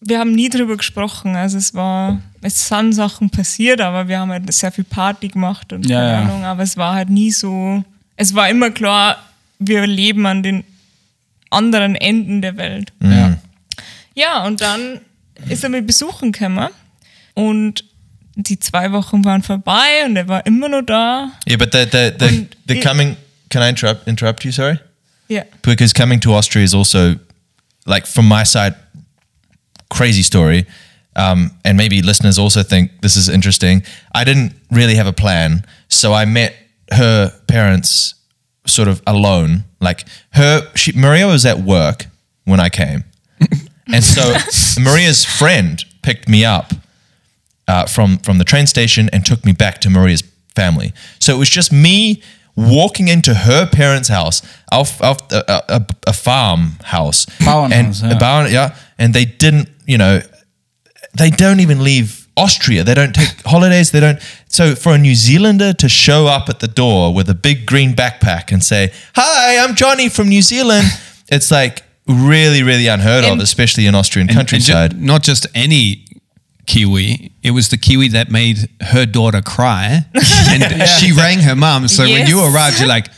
S7: wir haben nie drüber gesprochen. Also es war, es sind Sachen passiert, aber wir haben halt sehr viel Party gemacht und
S6: Ja,
S7: keine
S6: ja.
S7: Ahnung. Aber es war halt nie so, es war immer klar, wir leben an den anderen Enden der Welt.
S6: Ja.
S7: Ja, und dann ist er mich besuchen gekommen und die zwei Wochen waren vorbei und er war immer noch da.
S1: Yeah, but the the the,
S7: Und
S1: the
S7: i-
S1: coming can I interrupt interrupt you, sorry?
S7: Ja.
S1: because coming to Austria is also like from my side crazy story um, and maybe listeners also think this is interesting I didn't really have a plan so I met her parents sort of alone like her she, Maria was at work when I came and so Maria's friend picked me up uh, from from the train station and took me back to Maria's family. So it was just me walking into her parents' house, off, off a, uh, a, a farm house,
S6: Bauernhaus,
S1: and
S6: yeah.
S1: a Bauern, yeah, and they didn't, you know, they don't even leave Austria. They don't
S2: (laughs)
S1: take holidays. They don't. So for a New Zealander to show up at the door with a big green backpack and say, "Hi, I'm Johnny from New Zealand," it's like really, really unheard of,
S7: And-
S1: especially (laughs) in Austrian
S2: And ju-
S1: countryside.
S2: not just any Kiwi. It was the Kiwi that made her daughter cry. And she rang her mum. So when you
S7: Yes.
S2: arrived, you're like,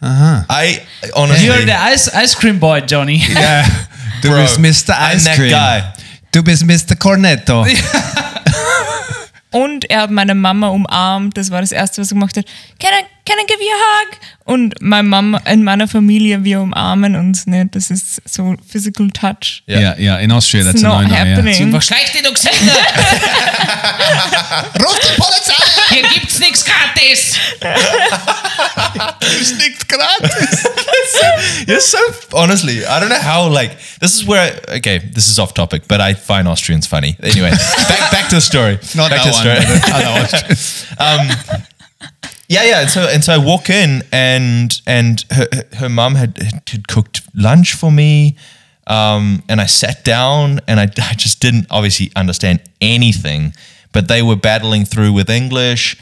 S1: I honestly,
S6: You're the ice, ice Cream Boy, Johnny. (laughs)
S2: yeah, du
S1: Bro,
S2: bist Mr.
S1: I'm
S2: Ice
S1: that
S2: Cream.
S1: guy.
S2: Du bist Mr. Cornetto.
S7: Und er hat meine Mama umarmt. Das war das Erste, was er gemacht hat. Can I, can I give you a hug? Und meine Mama, in meiner Familie, wir umarmen uns nicht. Das ist so Physical Touch.
S2: Yeah, yeah. In Austria,
S7: It's
S2: that's a
S7: not
S2: no-no. Yeah.
S7: happening.
S6: Was schleicht ihr, du Gesindel?
S1: Ruf die Polizei!
S6: Hier gibt's nichts gratis.
S1: (laughs) You're so honestly, I don't know how like this is where I, okay, this is off topic, but I find Austrians funny. Anyway, back back to the story.
S2: Not
S1: back
S2: that one, but the (laughs) other Austrian.
S1: Yeah, yeah. And so and so I walk in and and her her- her mum had had cooked lunch for me. Um, and I sat down and I, I just didn't obviously understand anything, but they were battling through with English.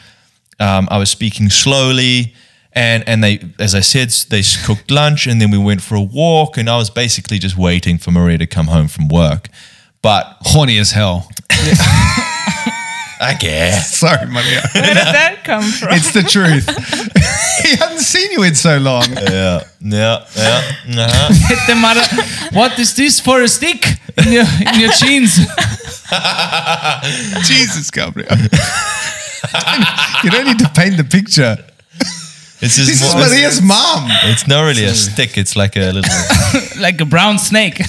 S1: Um, I was speaking slowly and, and they, as I said, s- they s- cooked lunch and then we went for a walk and I was basically just waiting for Maria to come home from work. But
S2: Horny as hell.
S1: I guess
S2: Sorry, Maria.
S7: Where did that come from?
S2: (laughs) It's the (laughs) truth. he hadn't seen you in so long.
S1: yeah, yeah, yeah. uh-huh.
S6: Hätte mal, What is this for a stick in your, in your jeans?
S2: (laughs) Jesus, Gabriel. (laughs) you don't need to paint the picture.
S1: It's just
S2: This is
S1: more- it's,
S2: Maria's mom.
S1: it's not really a stick. It's like a (laughs) little.
S6: Like a
S1: (laughs)
S6: brown snake.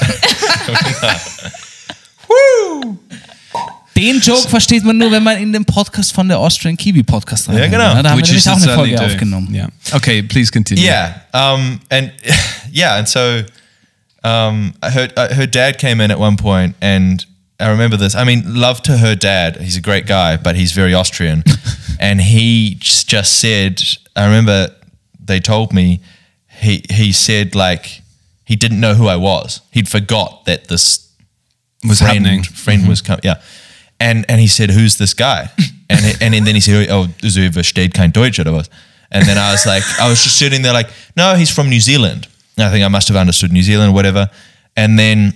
S6: Den Joke versteht man nur, wenn man in den Podcast von der Austrian Kiwi Podcast rein.
S1: genau.
S6: Da haben
S2: Which
S6: wir
S2: is
S6: nämlich auch eine
S2: certainly
S6: Folge
S2: doing.
S6: aufgenommen.
S2: Yeah. Okay, please continue.
S1: yeah. Um. And (laughs) yeah. And so, um. Her uh, her dad came in at one point, and I remember this. I mean, love to her dad. He's a great guy, but he's very (laughs) Austrian, and he just just said. I remember they told me he he said like he didn't know who I was. He'd forgot that this
S2: Was
S1: friend,
S2: happening. Mm-hmm.
S1: Friend was coming. Yeah, and and he said, "Who's this guy?"
S2: (laughs)
S1: And he- and, then he said, "Oh, du versteht kein Deutsch oder was?" And then I was like, I was just sitting there like, "No, he's from New Zealand." And I think I must have understood New Zealand, whatever. And then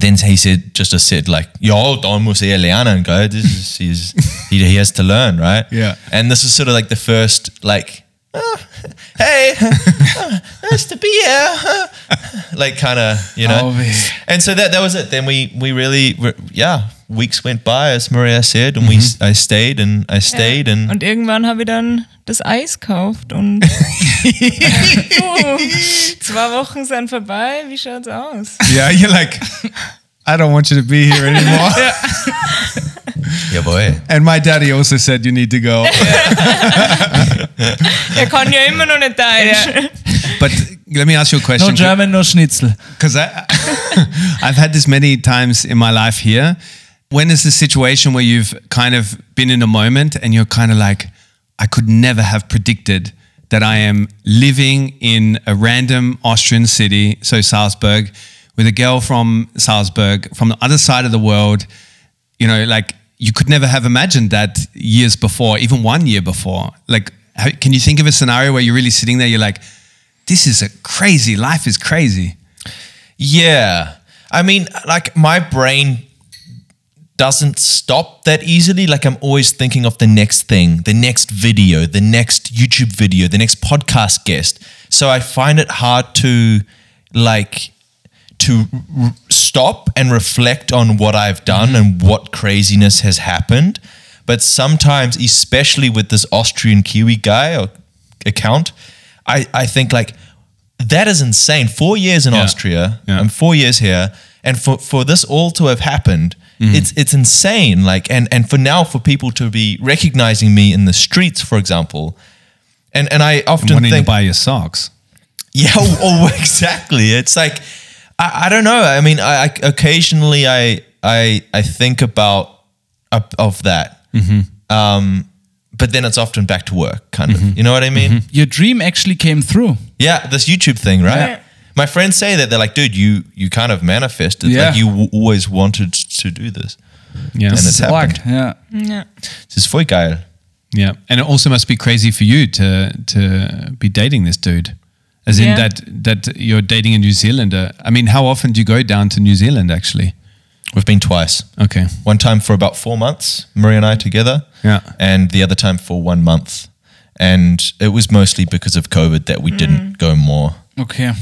S1: then he said, just a said like, "Yo, Don muss er lernen, go. This is he's, he, he has to learn, right?"
S2: Yeah.
S1: And this is sort of like the first like. "Oh, hey, (laughs) ah, nice to be here. like kind of, you know.
S6: Oh, man.
S1: (laughs) And so that that was it. Then we we really were- yeah weeks went by as Maria said, and we s- I stayed and I stayed and
S7: Und irgendwann habe ich dann das Eis gekauft und Puh, zwei Wochen sind vorbei. Wie schaut's aus?
S2: (laughs) Yeah, you're like, I don't want you to be here (laughs) anymore.
S1: yeah boy.
S2: And my daddy also said you need to (laughs) go.
S7: Er kann ja immer noch nicht Deutsch.
S2: But let me ask you a
S6: No
S2: question.
S6: German, no Schnitzel.
S2: because I, (laughs) I've had this many times in my life here. When is the situation where you've kind of been in a moment and you're kind of like, I could never have predicted that I am living in a random Austrian city, so Salzburg, with a girl from Salzburg, from the other side of the world. You know, like you could never have imagined that years before, even one year before. Like, how, can you think of a scenario where you're really sitting there, you're like, this is a crazy, life is crazy.
S1: Yeah, I mean, like my brain doesn't stop that easily. Like I'm always thinking of the next thing, the next video, the next YouTube video, the next podcast guest. So I find it hard to like to r- stop and reflect on what I've done and what craziness has happened. But sometimes, especially with this Austrian Kiwi guy or account, I, I think like that is insane. Four years in
S2: Yeah.
S1: Austria,
S2: Yeah.
S1: I'm four years here, and for, for this all to have happened,
S2: Mm-hmm.
S1: it's it's insane. Like and and for now for people to be recognizing me in the streets, for example, and and I often
S2: wanting
S1: think
S2: to buy your socks.
S1: (laughs) yeah, oh, (laughs) exactly. It's like I, I don't know. I mean, I, I occasionally I I I think about of- of that,
S2: Mm-hmm.
S1: um, but then it's often back to work, kind
S2: Mm-hmm.
S1: of. You know what I mean?
S6: Your dream actually came through.
S1: Yeah, this YouTube thing, right?
S7: Yeah.
S1: My friends say that they're like, dude, you you kind of manifested.
S6: Yeah.
S1: Like you w- always wanted to do this,
S2: Yeah.
S1: and it's happened.
S6: Org, ja.
S7: Ja.
S1: This is voll geil.
S2: yeah. And it also must be crazy for you to to be dating this dude. As in
S7: Yeah.
S2: that that you're dating a New Zealander. I mean, how often do you go down to New Zealand actually?
S1: We've been twice.
S2: Okay.
S1: One time for about four months, Maria and I together.
S2: Yeah.
S1: And the other time for one month. And it was mostly because of COVID that we didn't go more.
S6: Okay.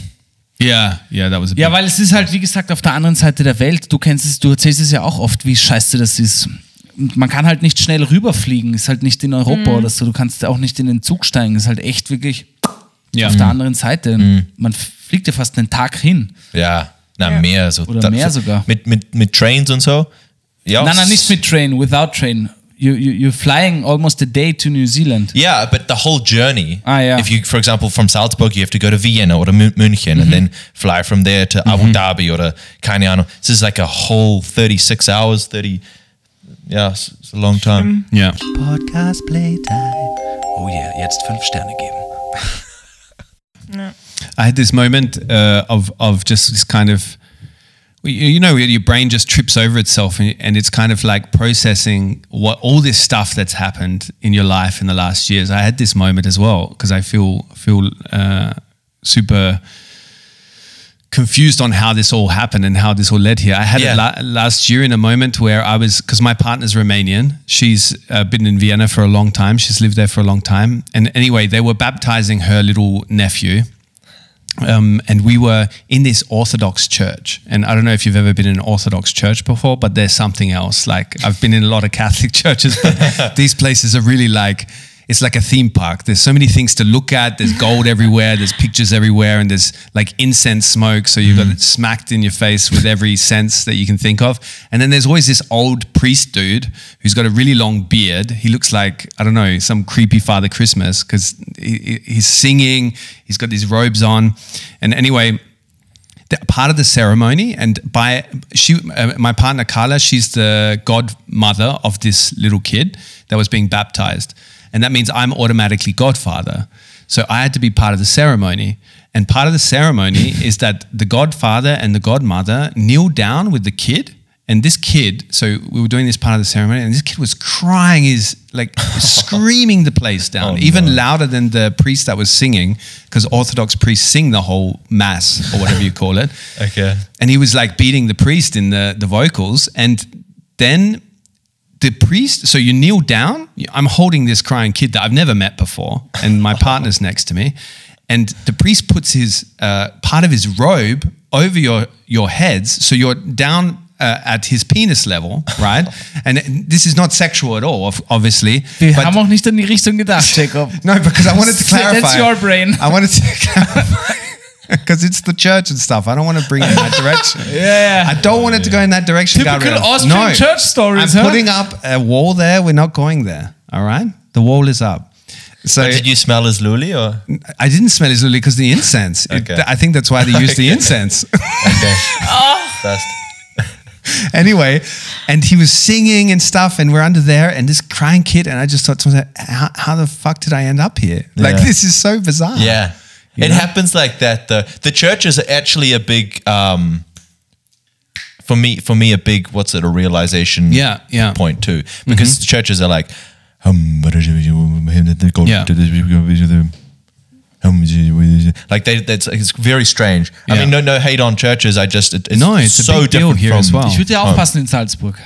S2: Yeah. Yeah, that was a
S6: Ja,
S2: big-
S6: weil es ist halt, wie gesagt, auf der anderen Seite der Welt. Du kennst es, du erzählst es ja auch oft, wie scheiße das ist. Und man kann halt nicht schnell rüberfliegen, ist halt nicht in Europa oder so. Du kannst ja auch nicht in den Zug steigen, ist halt echt wirklich
S2: ja.
S6: auf der anderen Seite. Man fliegt ja fast einen Tag hin.
S1: Ja. Na, mehr so.
S6: Oder mehr sogar.
S1: Mit, mit, mit Trains und so. Ja.
S6: Nein, nein, nicht mit Train, without Train. You, you, you're flying almost a day to New Zealand.
S1: Yeah, but the whole journey.
S6: Ah, yeah.
S1: If you, for example, from Salzburg, you have to go to Vienna or to Mu- München
S6: Mm-hmm.
S1: and then fly from there to Abu Dhabi or to keine Ahnung. This is like a whole 36 hours, 30. Yeah, it's, it's a long time.
S6: Mm.
S2: Yeah.
S4: Podcast Playtime.
S5: Oh yeah, jetzt fünf Sterne geben.
S2: I had this moment uh, of of just this kind of you you know your brain just trips over itself and and it's kind of like processing what all this stuff that's happened in your life in the last years. I had this moment as well because I feel feel uh, super confused on how this all happened and how this all led here. I had
S1: Yeah.
S2: it la- last year in a moment where I was because my partner's Romanian. She's uh, been in Vienna for a long time. She's lived there for a long time. And anyway, they were baptizing her little nephew um, and we were in this Orthodox church. And I don't know if you've ever been in an Orthodox church before, but there's something else. Like I've been in a lot of Catholic (laughs) churches, but these places are really like it's like a theme park. There's so many things to look at. There's gold everywhere. There's pictures everywhere, and there's like incense smoke. So you've got it smacked in your face with every sense that you can think of. And then there's always this old priest dude who's got a really long beard. He looks like I don't know some creepy Father Christmas because he, he- he's singing. He's got these robes on, and anyway the, part of the ceremony and by she uh, my partner Carla she's the godmother of this little kid that was being baptized and that means I'm automatically godfather so I had to be part of the ceremony and part of the ceremony (laughs) is that the godfather and the godmother kneel down with the kid and this kid so we were doing this part of the ceremony and this kid was crying his like screaming the place down even louder than the priest that was singing because orthodox priests sing the whole mass or whatever you call it
S1: Okay.
S2: and he was like beating the priest in the, the vocals and then the priest so you kneel down i'm holding this crying kid that i've never met before and my partner's next to me and the priest puts his uh, part of his robe over your your heads so you're down uh, at his penis level right and this is not sexual at all ob- obviously
S6: Wir
S2: but-
S6: haben auch nicht an die Richtung gedacht, Jacob.
S2: no, because I wanted to clarify.
S6: That's your brain.
S2: I wanted to (laughs) clarify because it's the church and stuff. I don't want to bring it in that direction.
S6: (laughs) Yeah.
S2: I don't want it to go in that
S6: (laughs)
S2: direction.
S6: Typical
S2: Gabriel.
S6: Austrian
S2: no.
S6: church stories,
S2: I'm
S6: huh?
S2: putting up a wall there. We're not going there. All right, the wall is up. So
S1: Did you smell his luli or?
S2: I didn't smell it because the incense. It-
S1: Okay.
S2: I think that's why
S1: (laughs)
S2: they used the
S1: Okay.
S2: incense. (laughs)
S1: Okay. That's-
S2: anyway, and he was singing and stuff, and we're under there, and this crying kid, and I just thought, to myself, how, how the fuck did I end up here? Like
S1: Yeah.
S2: this is so bizarre.
S1: yeah.
S2: You
S1: it
S2: know?
S1: happens like that. The the church is actually a big um for me for me a big what's it a realization
S2: Yeah, yeah. Mm-hmm.
S1: point too because the churches are like "Um, uh, hum, um, like they that's it's very strange. I
S2: Yeah.
S1: mean no no hate on churches. I just it, it's
S2: No, it's a
S1: so
S2: big deal
S1: different
S2: here
S1: from
S2: as well.
S6: Ich würde ja aufpassen in Salzburg.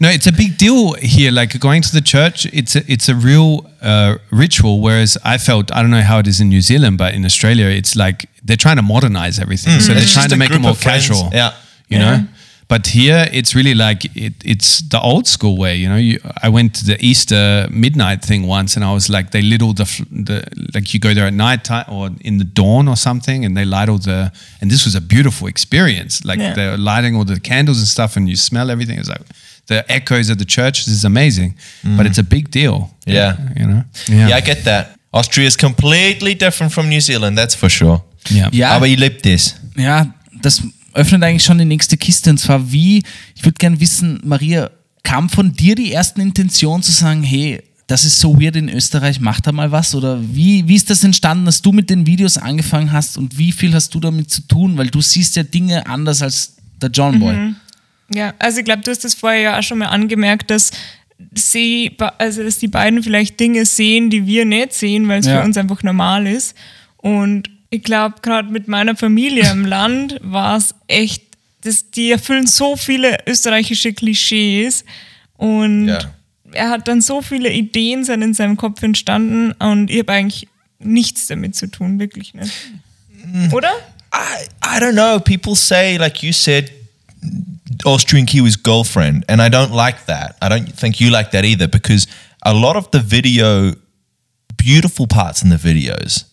S2: No, it's a big deal here. Like going to the church, it's a, it's a real uh, ritual. Whereas I felt I don't know how it is in New Zealand, but in Australia, it's like they're trying to modernize everything. So they're
S1: Mm. It's
S2: trying
S1: just
S2: to
S1: a
S2: make it
S1: group
S2: more
S1: of friends.
S2: casual.
S1: Yeah.
S2: you know. But here, it's really like it, it's the old school way. You know, you, I went to the Easter midnight thing once, and I was like, they lit all the, fl- the like you go there at night time or in the dawn or something, and they light all the. And this was a beautiful experience. Like
S7: Yeah.
S2: they're lighting all the candles and stuff, and you smell everything. It's like the echoes of the church. This is amazing, but it's a big deal.
S1: Mm. Yeah.
S2: you know.
S1: Yeah. I get that. Austria is completely different from New Zealand, that's for sure.
S2: yeah.
S6: Ja.
S1: Aber ihr lebt es.
S6: Ja, das öffnet eigentlich schon die nächste Kiste. Und zwar wie, ich würde gerne wissen, Maria, kam von dir die ersten Intention zu sagen, hey, das ist so weird in Österreich, mach da mal was? Oder wie, wie ist das entstanden, dass du mit den Videos angefangen hast und wie viel hast du damit zu tun? Weil du siehst ja Dinge anders als der John Boy.
S7: Ja, also ich glaube, du hast das vorher ja auch schon mal angemerkt, dass sie, ba- also dass die beiden vielleicht Dinge sehen, die wir nicht sehen, weil es
S6: Ja.
S7: für uns einfach normal ist. Und ich glaube, gerade mit meiner Familie im Land (laughs) war es echt, dass die erfüllen so viele österreichische Klischees und
S1: Ja.
S7: er hat dann so viele Ideen sind in seinem Kopf entstanden und ich habe eigentlich nichts damit zu tun, wirklich nicht. Oder?
S1: I, I don't know. People say, like you said, Austrian Kiwi's girlfriend, and I don't like that. I don't think you like that either because a lot of the video, beautiful parts in the videos,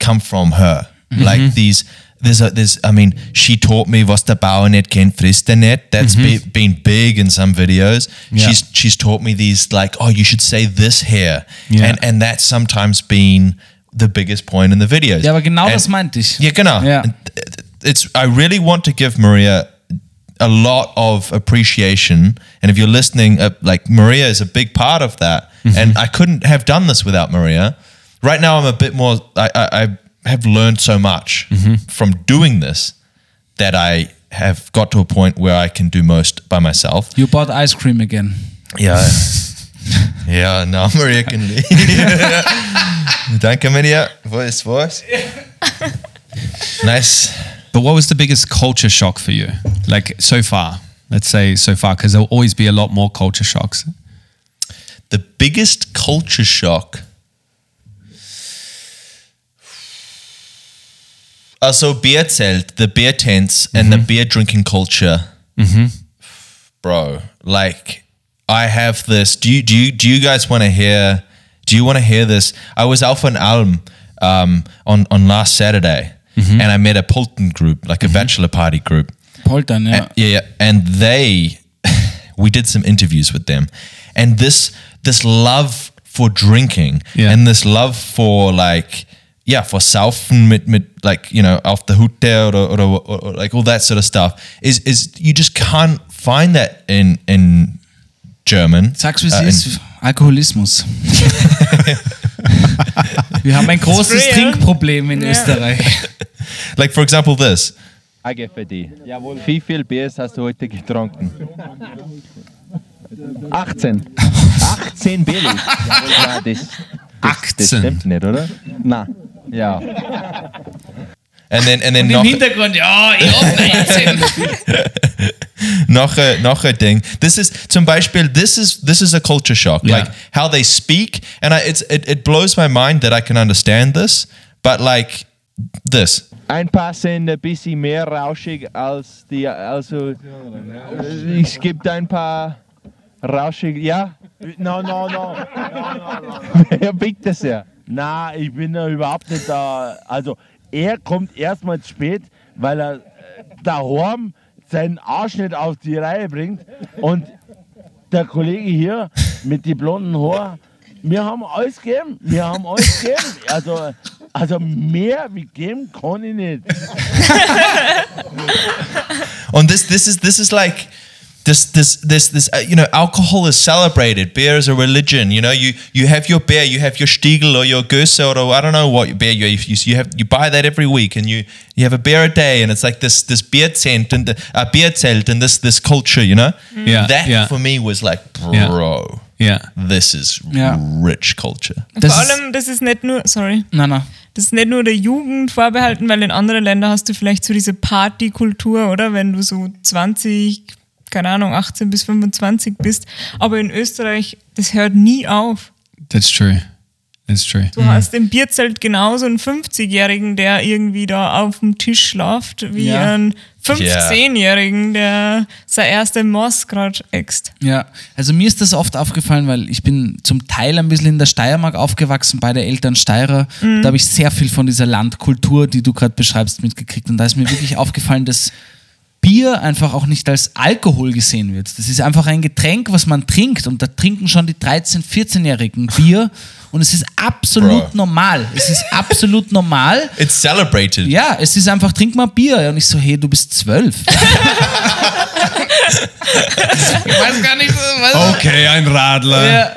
S1: come from her. Like these, there's a, there's, I mean, she taught me was the Bauer net kennt frisst er net. That's be, been big in some videos. She's she's taught me these like, oh, you should say this here,
S2: Yeah.
S1: and and that's sometimes been the biggest point in the videos.
S6: Ja, aber genau
S1: And-
S6: das meinte ich.
S1: Yeah, genau.
S6: Ja.
S1: It's I really want to give Maria a lot of appreciation, and if you're listening, uh, like Maria is a big part of that, and I couldn't have done this without Maria. Right now, I'm a bit more. I I, I have learned so much from doing this that I have got to a point where I can do most by myself.
S6: You bought ice cream again.
S1: Yeah. (laughs) yeah, now (laughs) Maria can leave. Danke, Maria. Wo ist was? Nice.
S2: But what was the biggest culture shock for you? Like so far, let's say so far, because there'll always be a lot more culture shocks.
S1: The biggest culture shock. Also Uh, beer zelt, the beer tents and the beer drinking culture. Bro, like I have this. Do you do you do you guys want to hear? Do you want to hear this? I was out in Alm um, on on last Saturday, and I met a Polton group, like a bachelor party group.
S6: Poltern, ja.
S1: And, yeah, yeah. And they, (laughs) we did some interviews with them, and this this love for drinking
S2: Yeah.
S1: and this love for like yeah for saufen mit mit like you know off the hotel or, or, or, or like all that sort of stuff is is you just can't find that in in German.
S6: Sag's, wie es
S1: Uh, in-
S6: ist. Alkoholismus. Wir haben ein großes
S7: real.
S6: Trinkproblem in Österreich.
S1: Like for example, this.
S8: Frage für dich. Jawohl. Wie viel Biers hast du heute getrunken? 18. 18 Bier. Jawohl, nein, das, das, das
S1: Hm.
S2: 18.
S8: stimmt nicht, oder? Nein. Ja.
S1: And then and then
S6: Im
S1: noch-
S6: Hintergrund, ja, ich hab 19.
S1: noch a, noch a thing. This is zum Beispiel. This is this is a culture shock.
S2: Yeah.
S1: Like how they speak, and I, it's it, it blows my mind that I can understand this. But like this,
S8: Ein paar sind ein bisschen mehr rauschig als die. Also, es gibt ein paar rauschig. Ja? No, no, no. (laughs) Wer biegt das ja?
S9: Na, ich bin da überhaupt nicht da. Also, er kommt erstmal zu spät, weil er äh, daheim seinen Arsch nicht auf die Reihe bringt. Und der Kollege hier mit die blonden Haaren, wir haben alles gegeben. Wir haben alles gegeben. Also, also mehr wie geben kann ich nicht.
S1: on this this is this is like. This, this, this, this, uh, you know, alcohol is celebrated. Beer is a religion. You know, you, you have your beer, you have your Stiegel or your Goose or I don't know what beer you, you you have. You buy that every week, and you you have a beer a day, and it's like this this beer tent and the, uh, beer tent and this this culture. You know,
S2: Mm. Yeah,
S1: that
S2: yeah.
S1: for me was like, bro,
S2: Yeah. Yeah.
S1: this is
S6: Yeah.
S1: rich culture.
S6: Das
S7: Vor
S6: ist-
S7: allem, das ist nicht nur, sorry,
S6: Nein, nein.
S7: das ist nicht nur der Jugend vorbehalten, weil in anderen Ländern hast du vielleicht so diese Partykultur, oder? Wenn du so 20, keine Ahnung, 18 bis 25 bist. Aber in Österreich, das hört nie auf.
S2: That's true. That's true.
S6: Mhm.
S7: Du hast im Bierzelt genauso einen 50-Jährigen, der irgendwie da auf dem Tisch schlaft, wie
S6: Ja.
S7: einen 15-Jährigen, der sein erste Moss gerade äxt.
S6: Ja, also mir ist das oft aufgefallen, weil ich bin zum Teil ein bisschen in der Steiermark aufgewachsen, beide Eltern Steirer. Da habe ich sehr viel von dieser Landkultur, die du gerade beschreibst, mitgekriegt. Und da ist mir wirklich aufgefallen, dass Bier einfach auch nicht als Alkohol gesehen wird. Das ist einfach ein Getränk, was man trinkt. Und da trinken schon die 13-, 14-Jährigen Bier. Und es ist absolut
S1: Bro.
S6: normal. Es ist absolut normal.
S1: It's celebrated.
S6: Ja, es ist einfach, trink mal Bier. Und ich so, hey, du bist zwölf. ich weiß gar nicht, was.
S2: Okay, ein Radler.
S6: Ja.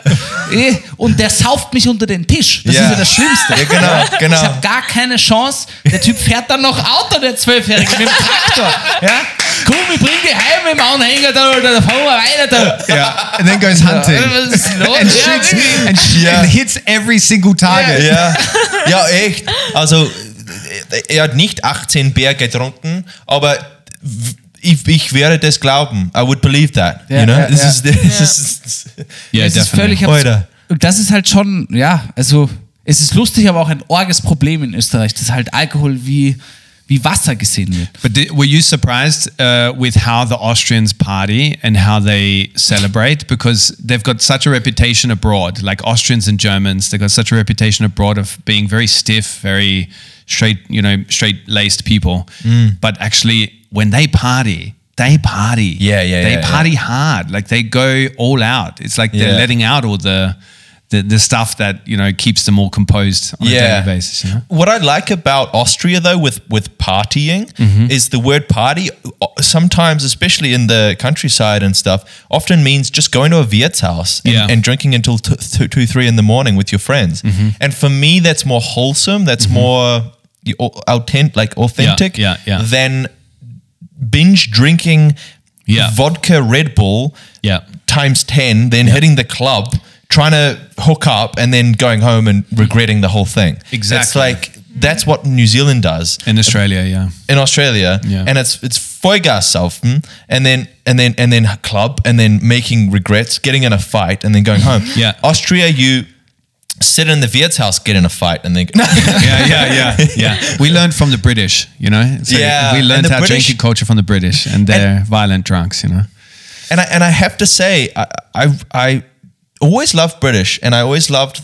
S6: Eh, Und der sauft mich unter den Tisch. Das
S1: Ja.
S6: ist ja das Schlimmste.
S1: Ja, genau,
S6: Ja.
S1: genau.
S6: Ich habe (laughs) gar keine Chance. Der Typ fährt dann noch Auto, der Zwölfjährige, mit dem Traktor. Ja? Komm, ich bring dich heim mit dem Anhänger, da, Alter, da fahren wir weiter. Da.
S2: Yeah. And then goes hunting.
S6: Was ist los?
S2: And
S6: Ja,
S2: shoots
S6: wirklich.
S2: and, sh-
S1: Yeah.
S2: and hits every single target.
S1: Ja, (laughs) ja, echt. Also, er hat nicht 18 Bier getrunken, aber w- ich, ich werde das glauben. I would believe that.
S6: Ja,
S1: you know?
S6: ja,
S1: This
S6: ja.
S1: is- this is-
S2: Yeah,
S6: es ist völlig abs-
S1: Alter.
S6: Und das ist halt schon, ja, also es ist lustig, aber auch ein orges Problem in Österreich, dass halt Alkohol wie, wie Wasser gesehen wird.
S2: But di- were you surprised uh, with how the Austrians party and how they celebrate? Because they've got such a reputation abroad, like Austrians and Germans, they've got such a reputation abroad of being very stiff, very straight, you know, straight laced people.
S1: Mm.
S2: But actually, when they party, they party.
S1: Yeah, yeah,
S2: They
S1: yeah,
S2: party hard. Like they go all out. It's like they're
S1: Yeah.
S2: letting out all the, the the stuff that you know keeps them all composed on a daily basis. You know?
S1: What I like about Austria though with with partying
S2: Mm-hmm.
S1: is the word party uh, sometimes especially in the countryside and stuff often means just going to a Wirtshaus house and,
S2: Yeah.
S1: and drinking until t- t- 2 3 in the morning with your friends.
S2: Mm-hmm.
S1: And for me that's more wholesome, that's more you- au- authentic like authentic
S2: yeah, yeah.
S1: than binge drinking
S2: Yeah.
S1: vodka Red Bull
S2: Yeah.
S1: times 10, then hitting the club, trying to hook up, and then going home and regretting the whole thing. It's
S2: Exactly.
S1: like that's what New Zealand does
S2: In Australia, yeah.
S1: in Australia,
S2: Yeah.
S1: and it's it's Vollgas saufen, and then and then and then club, and then making regrets, getting in a fight, and then going home.
S2: Yeah.
S1: Austria, you sit in the Wirtshaus, get in a fight, and then (laughs)
S2: yeah, yeah, yeah, yeah. We learned from the British, you know. So
S1: Yeah,
S2: we
S1: and
S2: learned
S1: the
S2: our
S1: British-
S2: drinking culture from the British and their violent drunks, you know.
S1: and I and I have to say, I I, I always loved British, and I always loved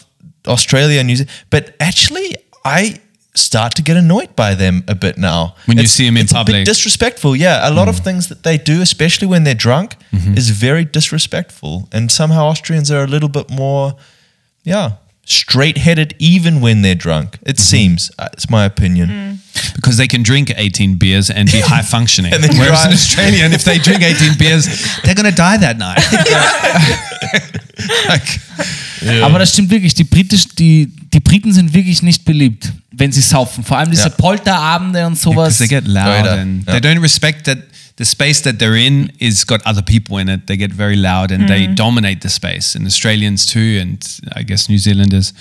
S1: Australia and New Zealand, but actually, I start to get annoyed by them a bit now
S2: When you see 'em in
S1: it's a bit
S2: public. Mm.
S1: disrespectful. Yeah, a lot of things that they do, especially when they're drunk,
S2: Mm-hmm.
S1: is very disrespectful, and somehow Austrians are a little bit more, yeah. Straight headed, even when they're drunk.
S2: Mm-hmm.
S1: It seems. Uh, It's my opinion.
S2: because they can drink 18 beers and
S1: (laughs)
S2: be high functioning.
S1: then
S2: Whereas
S1: drive.
S2: in Australia, and if they drink 18 beers, they're going to die that night. like,
S6: Aber das stimmt wirklich. Die, Britisch, die, die Briten sind wirklich nicht beliebt, wenn sie saufen. Vor allem diese
S1: Ja.
S6: Polterabende und sowas.
S2: because they get loud
S1: Leider,
S2: and
S1: yeah.
S2: they don't respect that the space that they're in is got other people in it. They get very loud and they dominate the space. And Australians too, and I guess New Zealanders.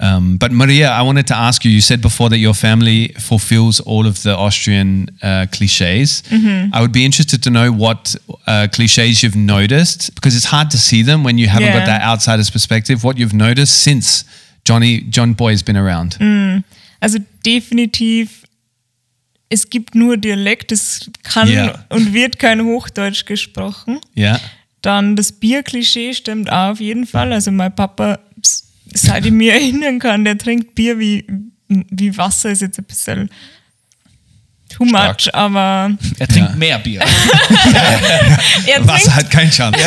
S2: Um, but Maria, I wanted to ask you. You said before that your family fulfills all of the Austrian uh, cliches. I would be interested to know what uh, cliches you've noticed because it's hard to see them when you haven't got
S7: Yeah.
S2: that outsider's perspective. What you've noticed since Johnny John Boy has been around.
S7: Also definitiv, es gibt nur Dialekt, es kann
S2: Ja.
S7: und wird kein Hochdeutsch gesprochen.
S2: Yeah,
S7: Dann das Bierklischee stimmt auch auf jeden Fall. Also mein Papa, s- seit ich mich erinnern kann, der trinkt Bier wie, wie Wasser, ist jetzt ein bisschen too
S1: Stark.
S7: much,
S2: (laughs)
S7: aber
S6: er trinkt mehr Bier.
S7: er
S2: Wasser
S7: trinkt,
S2: hat keinen Chance.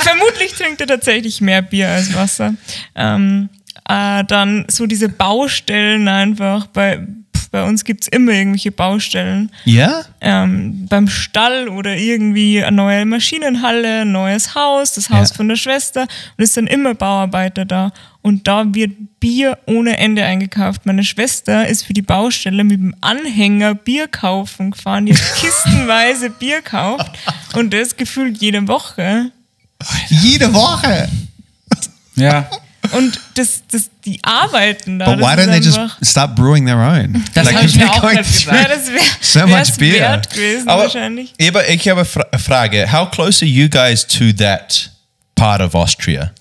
S7: vermutlich trinkt er tatsächlich mehr Bier als Wasser. Ähm, äh, dann so diese Baustellen einfach, bei, pf, bei uns gibt es immer irgendwelche Baustellen.
S2: yeah?
S7: ähm, beim Stall oder irgendwie eine neue Maschinenhalle, ein neues Haus, das Haus
S2: Ja.
S7: von der Schwester und es sind immer Bauarbeiter da. Und da wird Bier ohne Ende eingekauft. Meine Schwester ist für die Baustelle mit dem Anhänger Bier kaufen gefahren, die
S2: (laughs)
S7: hat kistenweise Bier kauft und das gefühlt jede Woche.
S2: Jede Woche.
S6: ja.
S7: Und das, das, die arbeiten da.
S2: But
S7: das
S2: why
S7: ist
S2: don't they just
S7: einfach-
S2: (laughs) start brewing their own?
S6: Das hab ich
S2: if
S6: mir
S2: they're
S6: auch
S2: going
S6: gerade
S2: through-
S7: ja, das wäre
S2: So much beer.
S7: wert gewesen
S1: Aber,
S7: wahrscheinlich.
S1: Ja, aber ich habe eine eh, Fra- Frage. How close are you guys to that part of Austria?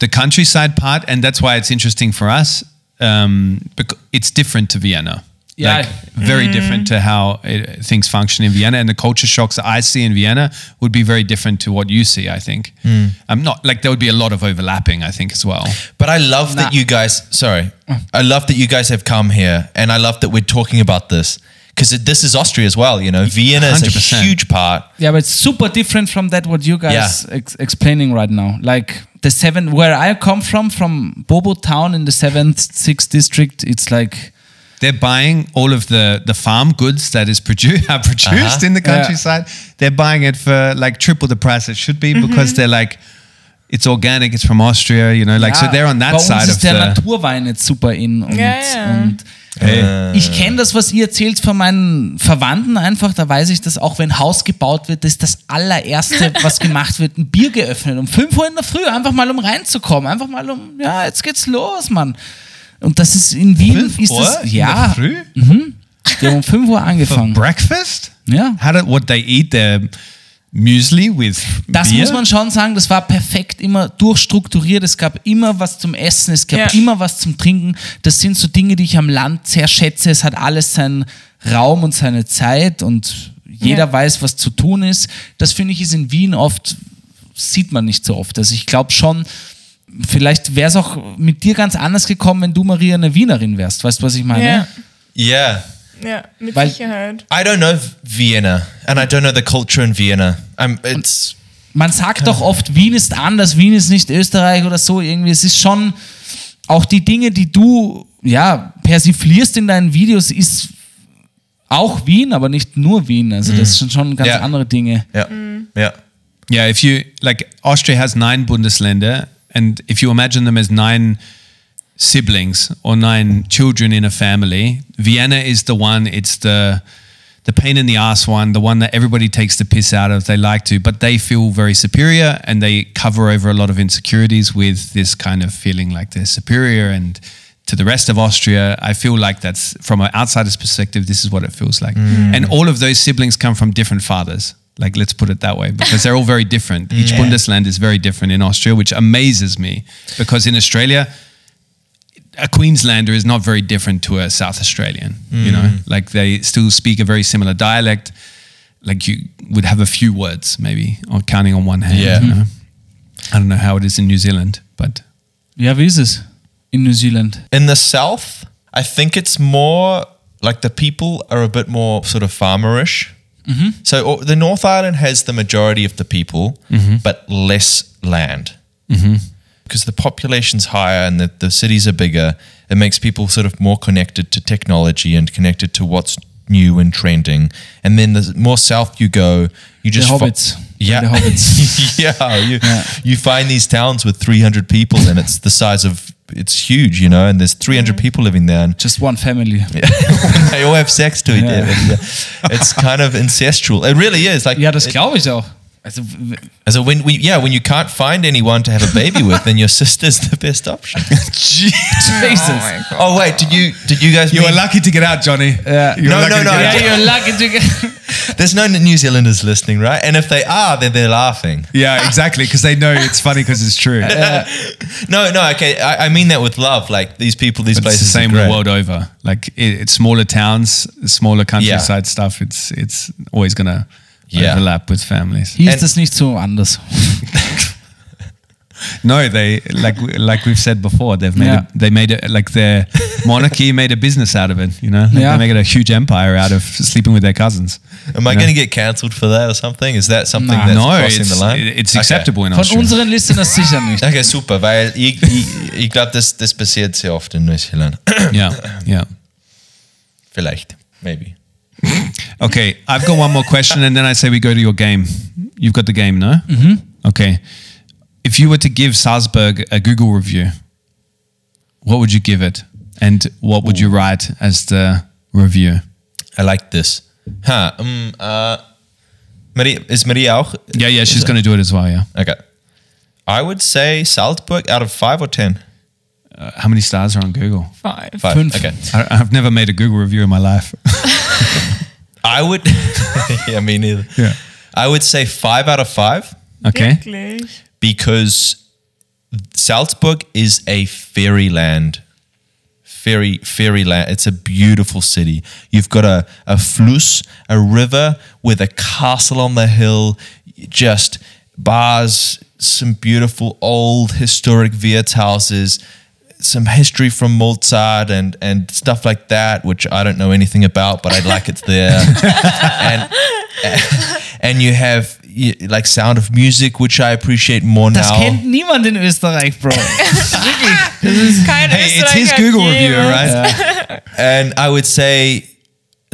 S2: The countryside part, and that's why it's interesting for us. Um, bec- it's different to Vienna.
S6: Yeah.
S2: Like, very different to how it, things function in Vienna, and the culture shocks that I see in Vienna would be very different to what you see. I think. I'm not like there would be a lot of overlapping. I think as well.
S1: But I love that you guys, sorry, I love that you guys have come here and I love that we're talking about this because this is Austria as well, you know. Vienna is a
S2: 100%.
S1: huge part.
S6: Yeah, but it's super different from that what you guys
S1: Yeah.
S6: ex- explaining right now. Like the seven, where I come from, from Bobo Town in the seventh, sixth district, it's like
S2: They're buying all of the the farm goods that is produced (laughs) are produced in the
S6: Yeah.
S2: countryside. They're buying it for like triple the price it should be because they're like it's organic, it's from Austria, you know, like so
S6: Ja,
S2: they're on
S6: bei
S2: that
S6: uns
S2: side
S6: ist
S2: of
S6: der
S2: the
S6: Naturwein jetzt super in und,
S7: Ja, ja.
S6: und
S2: Äh.
S6: ich kenne das, was ihr erzählt von meinen Verwandten einfach, da weiß ich das auch, wenn Haus gebaut wird, das ist das
S7: (laughs)
S6: allererste, was gemacht wird, ein Bier geöffnet um 5 Uhr in der Früh, einfach mal um reinzukommen, einfach mal um, ja, jetzt geht's los, Mann. Und das ist in Wien, ist das, ja,
S2: Früh?
S6: die haben um 5 Uhr angefangen.
S2: breakfast?
S6: Ja.
S2: How do what they eat their muesli with
S6: Das
S2: beer?
S6: muss man schon sagen, das war perfekt immer durchstrukturiert. Es gab immer was zum Essen, es gab
S7: Ja.
S6: immer was zum Trinken. Das sind so Dinge, die ich am Land sehr schätze. Es hat alles seinen Raum und seine Zeit und jeder
S7: Ja.
S6: weiß, was zu tun ist. Das finde ich ist in Wien oft, sieht man nicht so oft. Also ich glaube schon, vielleicht wäre es auch mit dir ganz anders gekommen, wenn du Maria eine Wienerin wärst. Weißt du, was ich meine?
S7: Ja,
S1: Yeah.
S7: ja, mit
S6: Weil-
S7: Sicherheit.
S1: I don't know Vienna and I don't know the culture in Vienna. I'm, it's,
S6: man sagt doch oft, Wien ist anders, Wien ist nicht Österreich oder so irgendwie. Es ist schon auch die Dinge, die du ja persiflierst in deinen Videos, ist auch Wien, aber nicht nur Wien. Also das sind schon ganz
S1: Ja.
S6: andere Dinge.
S1: yeah, yeah.
S2: Yeah, if you like, Austria has nine Bundesländer, and if you imagine them as nine siblings or nine children in a family, Vienna is the one. It's the the pain in the ass one, the one that everybody takes the piss out of. They like to, but they feel very superior, and they cover over a lot of insecurities with this kind of feeling like they're superior and. To the rest of Austria, I feel like that's from an outsider's perspective, this is what it feels like. And all of those siblings come from different fathers. Like, let's put it that way, because they're all very different. Each Bundesland is very different in Austria, which amazes me. Because in Australia, a Queenslander is not very different to a South Australian. You know, like they still speak a very similar dialect. Like you would have a few words, maybe, or counting on one hand.
S1: Yeah.
S2: You know? I don't know how it is in New Zealand, but
S6: Ja, wie ist es in New Zealand?
S1: In the south, I think it's more like the people are a bit more sort of farmerish. So or, the North Island has the majority of the people,
S6: Mm-hmm.
S1: but less land. Because the population's higher and the, the cities are bigger, it makes people sort of more connected to technology and connected to what's new and trending. And then the more south you go, you just fo-
S6: hobbits.
S1: (laughs) yeah,
S6: The
S1: (laughs)
S6: hobbits.
S1: yeah, you, you find these towns with 300 people and it's the size of it's huge, you know, and there's 300 people living there and (laughs)
S6: Just one family.
S1: they all have sex to each other. (laughs) It's kind of ancestral. It really is. Like
S6: Ja, das
S1: it-
S6: glaube ich auch. Also, w-
S1: Also when we yeah, when you can't find anyone to have a baby with, then your (laughs) sister's the best
S2: (laughs)
S1: option.
S6: Jesus.
S7: my God.
S1: Oh wait, did you did you guys
S2: you were
S1: meet-
S2: lucky to get out, Johnny. Yeah.
S1: were No, lucky no, to no, get
S6: Yeah,
S1: out.
S6: you're lucky to get.
S1: (laughs) There's no New Zealanders listening, right? And if they are, then they're laughing.
S2: Yeah, exactly. Because they know it's funny because it's true.
S1: No, no, okay. I, I mean that with love. Like these people, these
S2: But it's
S1: places.
S2: the same
S1: are
S2: the
S1: great.
S2: world over. Like it, it's smaller towns, smaller countryside stuff. It's it's always gonna
S1: Yeah.
S2: overlap with families.
S6: Hier
S1: And-
S6: ist das nicht so anders.
S2: No, they like like we've said before. They've made
S6: Yeah.
S2: it, they made it like their monarchy made a business out of it. You know, like
S6: Yeah.
S2: they make it a huge empire out of sleeping with their cousins.
S1: Am I
S2: Yeah.
S1: going to get cancelled for that or something? Is that something
S6: Nah.
S1: that's
S2: no,
S1: crossing
S2: it's,
S1: the line?
S2: it's
S1: Okay.
S2: acceptable in
S6: Von
S2: Australia.
S6: unseren Listeners sicher (laughs) nicht.
S1: Okay, super, weil ich, ich, ich glaube, das, das passiert sehr oft in Neuseeland.
S2: yeah, yeah.
S1: (coughs) Vielleicht, maybe.
S2: Okay, I've got one more question, and then I say we go to your game. You've got the game, no? Mm-hmm. Okay. If you were to give Salzburg a Google review, what would you give it, and what would you write as the review?
S1: I like this. Huh, um, uh, Maria, is Maria auch?
S2: Yeah, yeah, she's going to do it as well. Yeah.
S1: Okay. I would say Salzburg out of five or ten.
S2: Uh, how many stars are on Google?
S7: Five.
S1: Five.
S6: Fünf.
S1: Okay.
S2: I, I've never made a Google review in my life.
S1: I would. (laughs) yeah, me neither.
S2: Yeah.
S1: I would say five out of five.
S2: (laughs) Okay.
S7: Wirklich?
S1: because Salzburg is a fairyland. Fairy, fairyland. It's a beautiful city. You've got a, a fluss, a river with a castle on the hill, just bars, some beautiful old historic Wirtshauses, some history from Mozart and, and stuff like that, which I don't know anything about, but I'd like it's
S6: (laughs)
S1: there. and, and you have y- like Sound of Music, which I appreciate more
S6: Das
S1: now.
S6: kennt niemand in Österreich, (laughs) Bro.
S7: Kein
S1: Hey, it's his
S7: Österreicher
S1: Google review,
S7: jemals.
S1: right? (laughs) and I would say,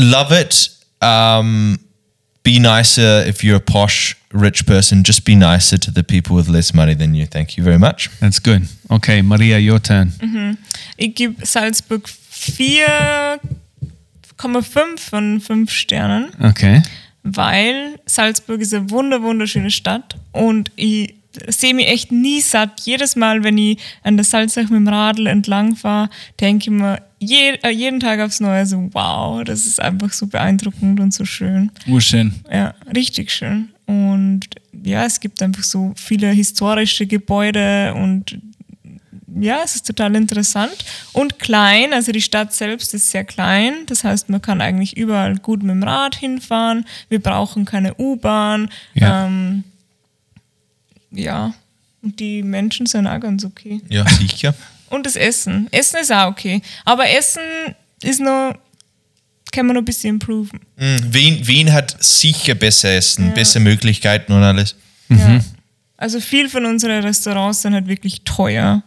S1: love it. Um, be nicer if you're a posh, rich person. Just be nicer to the people with less money than you. Thank you very much.
S2: That's good. Okay, Maria, your turn.
S7: Ich gebe Salzburg 4,5 von 5 Sternen.
S2: Okay.
S7: weil Salzburg ist eine wunder wunderschöne Stadt und ich sehe mich echt nie satt. Jedes Mal, wenn ich an der Salzach mit dem Radl entlang fahre, denke ich mir je, äh, jeden Tag aufs Neue so, wow, das ist einfach so beeindruckend und so schön.
S6: Urschön.
S7: Ja, richtig schön. Und ja, es gibt einfach so viele historische Gebäude und ja, es ist total interessant und klein. Also die Stadt selbst ist sehr klein. Das heißt, man kann eigentlich überall gut mit dem Rad hinfahren. Wir brauchen keine U-Bahn.
S2: Ja.
S7: Ähm, ja. Und die Menschen sind auch ganz okay.
S1: Ja, (laughs) sicher.
S7: Und das Essen. Essen ist auch okay. Aber Essen ist noch, kann man noch ein bisschen improven.
S1: Mm, Wien, Wien hat sicher besser Essen, bessere Möglichkeiten und alles.
S6: Mhm.
S7: Ja. Also viel von unseren Restaurants sind halt wirklich teuer.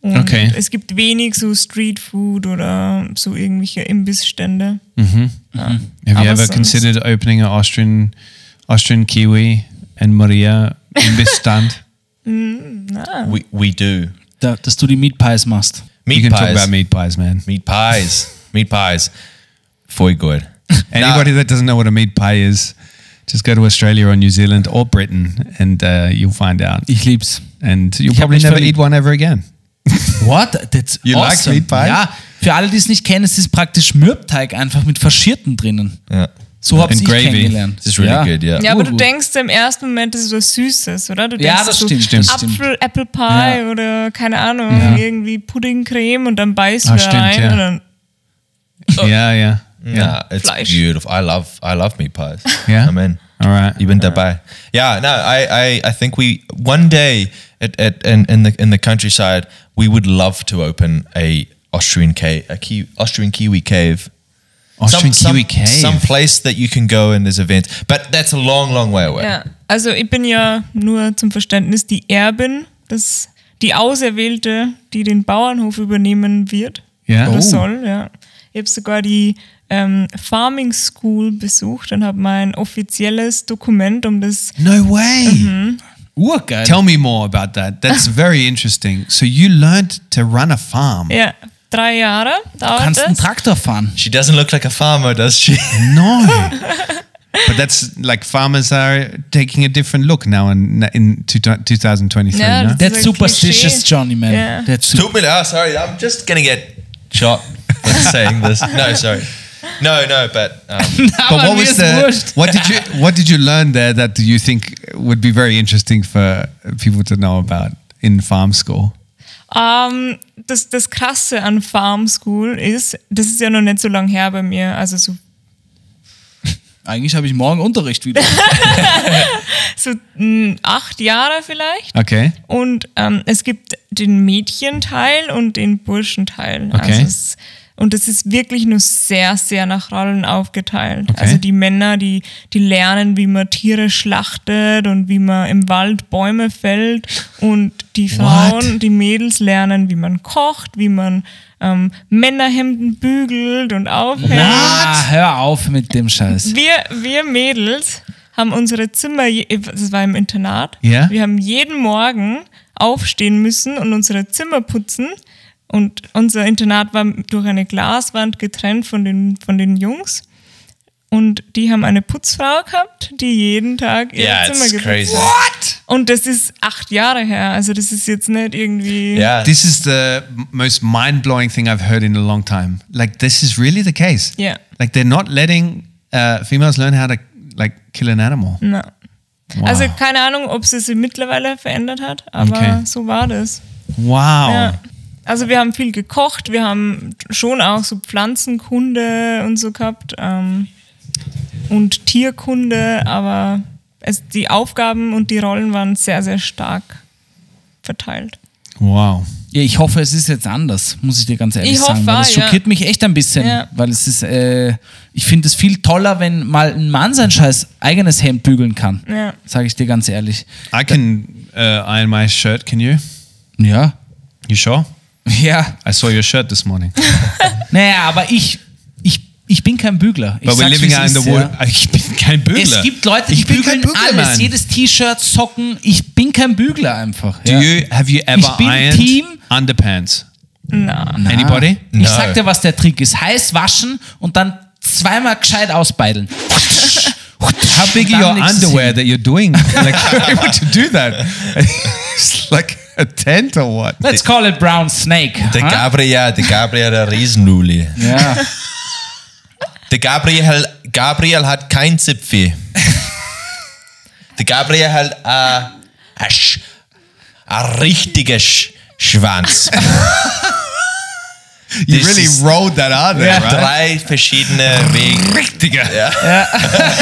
S7: Und
S2: Okay.
S7: es gibt wenig so Streetfood oder so irgendwelche Imbissstände.
S2: Have you
S7: Aber
S2: ever
S7: sonst-
S2: considered opening an Austrian Austrian Kiwi and Maria in this
S1: (laughs)
S2: stand?
S1: We, we do.
S6: Da, dass du die Meat Pies machst.
S1: Meat
S2: you can
S1: pies.
S2: talk about meat pies, man.
S1: Meat pies. meat pies. Voll good.
S2: (laughs) Anybody that doesn't know what a meat pie is, just go to Australia or New Zealand or Britain, and uh, you'll find out.
S6: Ich lieb's.
S2: And you'll
S6: Ich hab
S2: probably
S6: mich
S2: never
S6: verliebt.
S2: eat one ever again.
S6: What? That's
S2: You like
S6: awesome.
S2: meat pie?
S6: Ja, für alle, die es nicht kennen, es ist praktisch Mürbteig einfach mit Faschierten drinnen.
S1: Ja.
S6: So habe
S2: And
S6: ich
S2: gravy.
S6: kennengelernt.
S1: This is really good, yeah.
S7: Ja, aber du
S6: Urgut.
S7: denkst im ersten Moment, das ist was Süßes, oder? Du
S6: Uh, Ja,
S7: denkst,
S6: das
S7: so
S6: stimmt, stimmt,
S7: Apfel,
S6: stimmt.
S7: Apple Pie
S6: Ja.
S7: oder keine Ahnung,
S6: Ja.
S7: irgendwie Puddingcreme und dann beißt
S2: Ah,
S7: du
S2: stimmt,
S7: rein.
S2: ja.
S7: Und dann,
S2: Yeah, yeah.
S1: Oh. Nah, it's
S7: Fleisch.
S1: beautiful. I love I love meat pies.
S2: Yeah?
S1: Amen.
S2: All right.
S1: You've been to Dubai. Yeah, no, I, I, I think we one day at, at in, in the in the countryside we would love to open a Austrian cave, a Ki- Austrian Kiwi cave.
S2: Austrian
S1: some,
S2: Kiwi
S1: some,
S2: cave.
S1: Some place that you can go and there's events. But that's a long, long way away.
S7: ja. Also ich bin ja nur zum Verständnis die Erbin, das, die Auserwählte, die den Bauernhof übernehmen wird.
S2: Ja.
S7: Oder
S2: Oh.
S7: soll, ja. Ich habe sogar die ähm, Farming School besucht und habe mein offizielles Dokument, um das
S2: no way.
S1: Mm-hmm.
S6: Urgeil.
S2: Tell me more about that. That's very interesting. So you learned to run a farm.
S7: ja, drei Jahre dauert
S6: Du kannst einen
S7: es.
S6: Traktor fahren.
S1: She doesn't look like a farmer, does she? (laughs)
S2: No. but that's like farmers are taking a different look now in, in two, 2023.
S7: Yeah,
S2: no?
S7: that's-
S6: That's
S7: ein
S6: superstitious,
S7: Klischee.
S6: Johnny, man.
S7: Ja.
S6: That's super.
S1: Took me now. Sorry, I'm just gonna get shot for saying this. No, sorry. No, no, but um,
S2: but
S6: Aber
S2: what
S6: mir
S2: was
S6: ist
S2: the
S6: wurscht.
S2: what did you what did you learn there that you think would be very interesting for people to know about in farm school?
S7: Ähm, das, das Krasse an Farm School ist, das ist ja noch nicht so lange her bei mir, also so,
S6: Eigentlich habe ich morgen Unterricht
S7: (laughs)
S6: wieder.
S7: so mh, acht Jahre vielleicht.
S2: Okay.
S7: Und ähm, es gibt den Mädchenteil und den Burschenteil.
S2: Okay.
S7: Also es, und es ist wirklich nur sehr, sehr nach Rollen aufgeteilt.
S2: Okay.
S7: Also die Männer, die, die lernen, wie man Tiere schlachtet und wie man im Wald Bäume fällt. Und die Frauen, die Mädels lernen, wie man kocht, wie man ähm, Männerhemden bügelt und aufhängt.
S6: Na, hör auf mit dem Scheiß.
S7: Wir, wir Mädels haben unsere Zimmer, je- das war im Internat,
S2: Ja?
S7: wir haben jeden Morgen aufstehen müssen und unsere Zimmer putzen. Und unser Internat war durch eine Glaswand getrennt von den, von den Jungs. Und die haben eine Putzfrau gehabt, die jeden Tag ihr
S1: yeah,
S7: Zimmer
S1: it's
S7: geputzt
S1: crazy.
S7: hat. Und das ist acht Jahre her. Also das ist jetzt nicht irgendwie...
S1: Yeah,
S2: This is the m- most mind blowing thing I've heard in a long time. Like this is really the case.
S7: Yeah.
S2: Like they're not letting uh, females learn how to like kill an animal.
S7: Na.
S2: Wow.
S7: Also keine Ahnung, ob sie sich mittlerweile verändert hat, aber
S2: Okay.
S7: so war das.
S2: wow.
S7: Ja. Also wir haben viel gekocht, wir haben schon auch so Pflanzenkunde und so gehabt ähm, und Tierkunde, aber es, die Aufgaben und die Rollen waren sehr, sehr stark verteilt.
S2: Wow.
S6: Ja, ich hoffe, es ist jetzt anders, muss ich dir ganz ehrlich
S7: Ich
S6: sagen.
S7: hoffe
S6: weil das
S7: auch, ja.
S6: schockiert mich echt ein bisschen,
S7: Ja.
S6: weil es ist, äh, ich finde es viel toller, wenn mal ein Mann sein scheiß eigenes Hemd bügeln kann.
S7: Ja.
S6: Sage ich dir ganz ehrlich.
S2: I can uh, iron my shirt. Can you?
S6: Ja.
S2: You sure?
S6: Ja.
S2: I saw your shirt this morning.
S6: Naja, aber ich, ich, ich bin kein Bügler. Ich
S2: But we're
S6: sag's,
S2: living
S6: wie's
S2: out in the
S6: ist,
S2: wood.
S6: ja.
S2: (laughs) Ich bin kein Bügler.
S6: Es gibt Leute, die
S2: ich bin kein
S6: bügeln
S2: Bügler,
S6: alles,
S2: Mann.
S6: jedes T-Shirt, Socken. Ich bin kein Bügler einfach.
S2: Do
S6: ja.
S2: you have you ever
S6: bin
S2: ironed
S6: Team-
S2: underpants?
S7: Na.
S2: Anybody?
S6: Ich sag dir, was der Trick ist. Heiß waschen und dann zweimal gescheit ausbeideln.
S2: How big
S6: Dann
S2: are your
S6: legst du's
S2: underwear
S6: hin.
S2: that you're doing? Like (laughs) you're able to do that? (laughs) it's like a tent or what?
S6: Let's call it brown snake.
S1: the
S6: huh?
S1: Gabriel, the Gabriel der Riesenluli.
S6: Ja.
S1: The Gabriel, Gabriel hat kein Zipfi. the Gabriel hat a, a, sch, a richtiger sch, Schwanz.
S2: You
S1: This
S2: really
S1: is-
S2: rolled that out there, right?
S1: Drei verschiedene Wege.
S2: Richtiger.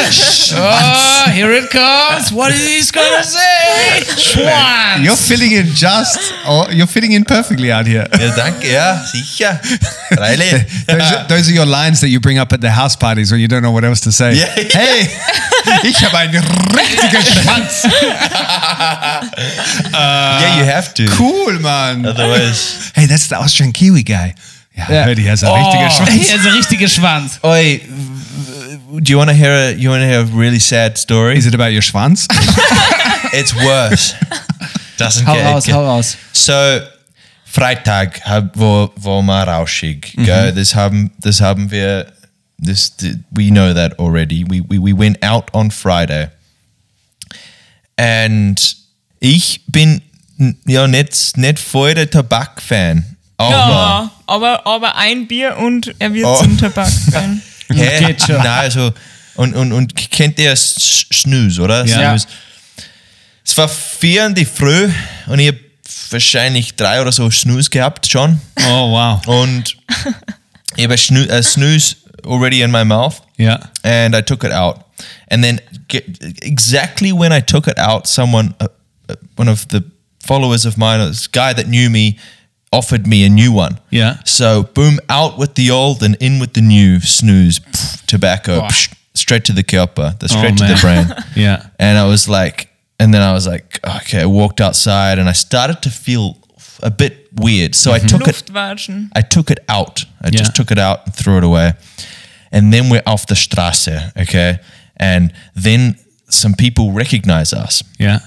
S6: Oh, here it comes. What is he
S2: (laughs)
S6: gonna say? Schwanz.
S2: You're fitting in just. Oh, you're fitting in perfectly out here.
S1: Ja, danke, ja, sicher. Freilich.
S2: (laughs) Those, are- those are your lines that you bring up at the house parties when you don't know what else to say.
S1: Yeah. (laughs)
S2: Hey, (laughs) ich habe einen
S1: (laughs)
S2: richtigen Schwanz.
S1: Uh, yeah, you have to.
S2: Cool, man.
S1: Otherwise.
S2: Hey, that's the Austrian Kiwi guy. Yeah, Oh. I heard he has a richtiger Schwanz.
S6: Er Oh. ist ein richtiger Schwanz.
S1: (laughs) Oi, do you want to hear a you want to hear a really sad story?
S2: (laughs) Is it about your Schwanz?
S1: It's worse. Doesn't
S6: Hau
S1: get
S6: raus,
S1: it.
S6: hau raus.
S1: So Freitag hab, wo wo mal rauschig.
S6: Mhm.
S1: Gell? Das haben das haben wir this we know that already. We we we went out on Friday. And ich bin n- ja nicht, nicht voll der Tabak-Fan. Aber
S7: Ja, aber, aber ein Bier und er wird
S1: Oh. (laughs)
S7: zum Tabak sein.
S1: Hä?
S6: Geht schon.
S1: Nein, also Und, und, und kennt ihr Sch- Schnus, oder?
S2: Ja.
S1: Snooze. Es war vier in die Früh und ich habe wahrscheinlich drei oder so Schnus gehabt schon.
S2: Oh, wow.
S1: Und ich habe Schnus, äh, Snooze already in my mouth.
S2: Ja.
S1: and I took it out. And then ge- exactly when I took it out, someone, uh, uh, one of the followers of mine, this guy that knew me, offered me a new one.
S2: Yeah.
S1: So boom, out with the old and in with the new. Snooze, pff, tobacco, psh, straight to the kelper, the straight to the
S2: Oh, man. (laughs)
S1: brain.
S2: Yeah.
S1: And I was like, and then I was like, okay. I walked outside and I started to feel a bit weird. So
S2: Mm-hmm.
S1: I took it
S7: Luftwatschen.
S1: I took it out. I
S2: Yeah.
S1: just took it out and threw it away. And then we're off the Strasse, okay? And then some people recognize us
S2: Yeah.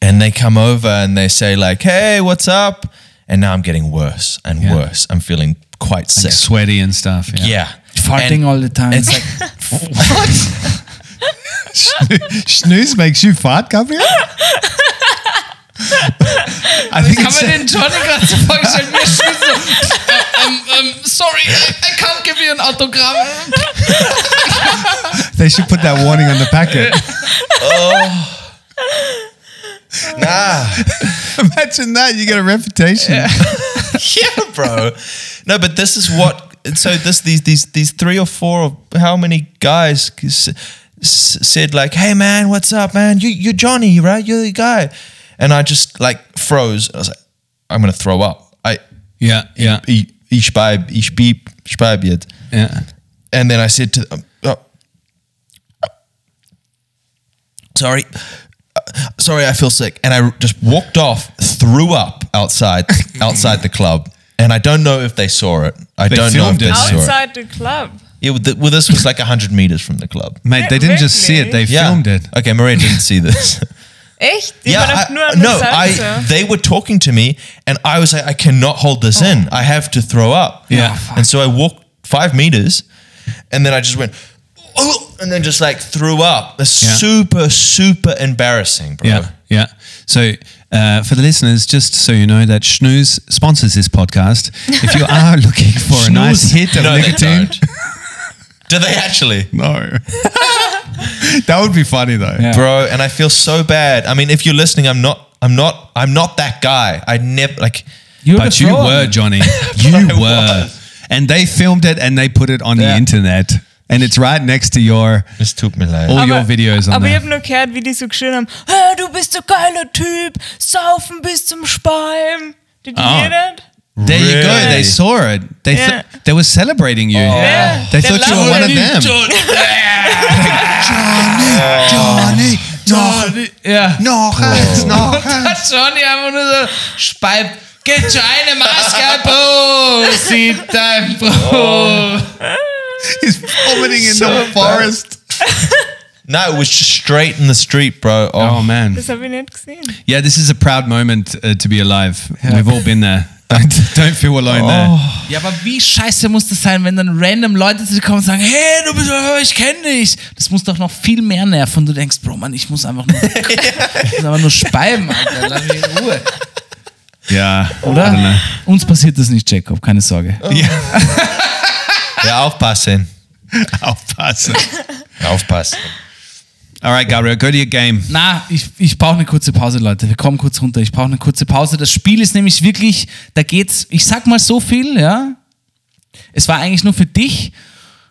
S1: and they come over and they say like, "Hey, what's up?" And now I'm getting worse and worse. I'm feeling quite sick.
S2: Sweaty and stuff. Yeah.
S1: yeah.
S6: Farting
S1: And
S6: all the time. (laughs)
S1: It's like
S2: Snooze makes you fart, (laughs) Gabriel? I think
S6: Kann man den Johnny gerade so vorgestellt? Mir ist schon so, ähm, ähm, sorry, I can't give you an Autogramm.
S2: they should put that warning on the packet.
S1: Oh. nah,
S2: Imagine that. You get a
S1: (laughs)
S2: reputation.
S1: yeah, bro. No, but this is what. So this these these these three or four or how many guys s- s- said like, "Hey man, what's up, man? You you're Johnny, right? You're the guy." And I just like froze. I was like, "I'm gonna throw up." I e,
S2: Yeah. Yeah.
S1: ich ich beib ich beep ich beib jetzt.
S2: Yeah.
S1: And then I said to them, oh, sorry, uh, sorry, I feel sick. And I just walked off, threw up
S2: (laughs)
S1: outside, outside the club. And I don't know if they saw it. I
S2: They
S1: don't know if
S2: filmed
S1: they
S2: it.
S1: saw it.
S7: Outside the club.
S1: Yeah, well, th- well, this was like 100 meters from the club.
S2: Mate, they didn't just see it. They
S1: Yeah.
S2: filmed it.
S1: Okay, Maria didn't see
S2: (laughs)
S1: this.
S7: Echt? Ich
S1: yeah,
S7: war doch
S1: I-
S7: nur an
S1: no,
S7: der
S1: I,
S7: Seite.
S1: they were talking to me, and I was like, I cannot hold this in. I have to throw up.
S2: Yeah. Oh, fuck.
S1: and so I walked five meters, and then I just went, oh, and then just like threw up. That's
S2: Yeah.
S1: super, super embarrassing, bro.
S2: Yeah, yeah. So uh, for the listeners, just so you know that Schnooze sponsors this podcast. If you (laughs) are looking for a nice hit of
S1: No, they
S2: nicotine,
S1: don't. Do they actually?
S2: (laughs) no. (laughs) that would be funny though.
S6: Yeah.
S1: bro and i feel so bad i mean if you're listening i'm not i'm not i'm not that guy i never like
S6: You're
S2: But you were
S1: (laughs)
S2: Johnny. You
S1: I
S2: were.
S1: was.
S2: And they filmed it and they put it on the
S1: Yeah.
S2: internet. And it's right next to your
S1: this took me like
S2: all your videos on
S7: aber
S6: ne.
S7: ich
S2: there.
S7: habe nur gehört, wie die so geschrien haben, hey, du bist ein geiler Typ, saufen bis zum Spalm. Did you
S2: Ah.
S7: hear that?
S2: There you go. They
S1: Really? Oh.
S2: saw it. They
S7: Yeah.
S2: th- they were celebrating you.
S6: Äh.
S7: Yeah.
S2: They
S7: They
S2: thought you were
S7: loved
S2: one of
S7: you,
S2: them. Johnny, Johnny,
S6: Ja.
S2: noch eins, noch eins.
S6: Hat Johnny einfach nur so speibt. Get you eine Maske, Bro. Sieh dein Bro.
S2: He's vomiting in the forest.
S1: no it was just straight in the street bro oh,
S2: Oh man.
S7: (laughs) Das habe ich nicht gesehen.
S2: Yeah, this is a proud moment uh, to be alive. We've all been there. (laughs) Don't, don't feel alone
S1: Oh.
S2: there.
S6: Ja, aber wie scheiße muss das sein, wenn dann random Leute zu dir kommen und sagen, hey, du bist, oh, ich kenne dich. Das muss doch noch viel mehr nerven. Und du denkst, Bro, Mann, ich muss einfach (laughs) nur, ich muss einfach nur speiben, Alter. Lass mich in Ruhe.
S2: Yeah. I don't
S6: Oder?
S2: know.
S6: Uns passiert das nicht, Jacob, keine Sorge.
S2: Yeah.
S1: yeah aufpassen
S2: (laughs) I'll pass it.
S1: aufpassen
S2: All right, Gabriel, go to your game.
S6: Na, ich, ich brauche eine kurze Pause, Leute. Wir kommen kurz runter. Ich brauche eine kurze Pause. Das Spiel ist nämlich wirklich, da geht's, ich sag mal so viel, ja. Es war eigentlich nur für dich,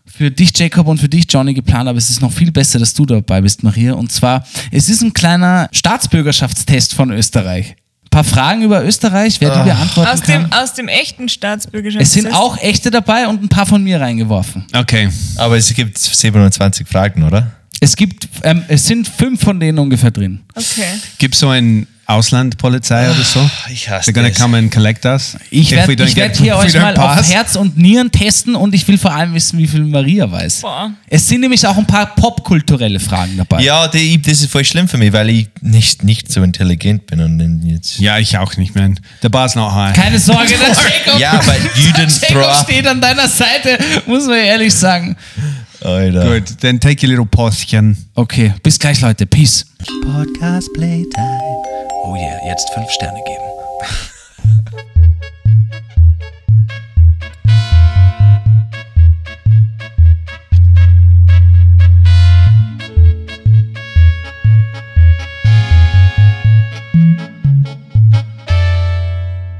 S6: für dich, Jacob, und für dich, Johnny, geplant, aber es ist noch viel besser, dass du dabei bist, Maria. Und zwar, es ist ein kleiner Staatsbürgerschaftstest von Österreich. Ein paar Fragen über Österreich, wer die beantworten
S7: Aus
S6: kann.
S7: dem, aus dem echten Staatsbürgerschaft.
S6: es sind auch echte dabei und ein paar von mir reingeworfen.
S2: Okay.
S1: aber es gibt 27 Fragen oder
S6: Es gibt, ähm, es sind fünf von denen ungefähr drin.
S7: Okay.
S2: Gibt's so ein Auslandpolizei
S1: (sighs)
S2: oder so?
S1: Ah, ich hasse
S2: They're gonna
S1: das.
S2: come and collect us.
S6: Ich
S2: if
S6: werde
S2: we don't
S6: werd
S2: get-
S6: hier
S2: (laughs) if we
S6: euch
S2: don't
S6: mal auf Herz und Nieren testen und ich will vor allem wissen, wie viel Maria weiß.
S7: Boah.
S6: Es sind nämlich auch ein paar popkulturelle Fragen dabei.
S1: ja die, ich- das ist voll schlimm für mich weil ich nicht nicht so intelligent bin und dann jetzt
S2: Ja, ich auch nicht, man. The bar's not high.
S6: Keine Sorge, der Jacob,
S1: ja
S2: (laughs)
S1: but you didn't throw
S6: Jacob
S1: up
S6: steht an deiner Seite, muss man ehrlich sagen.
S1: Alter.
S2: Good. Then take your little Pauschen.
S6: Okay, bis gleich, Leute. Peace.
S4: Podcast Playtime.
S5: Oh yeah, jetzt fünf Sterne geben.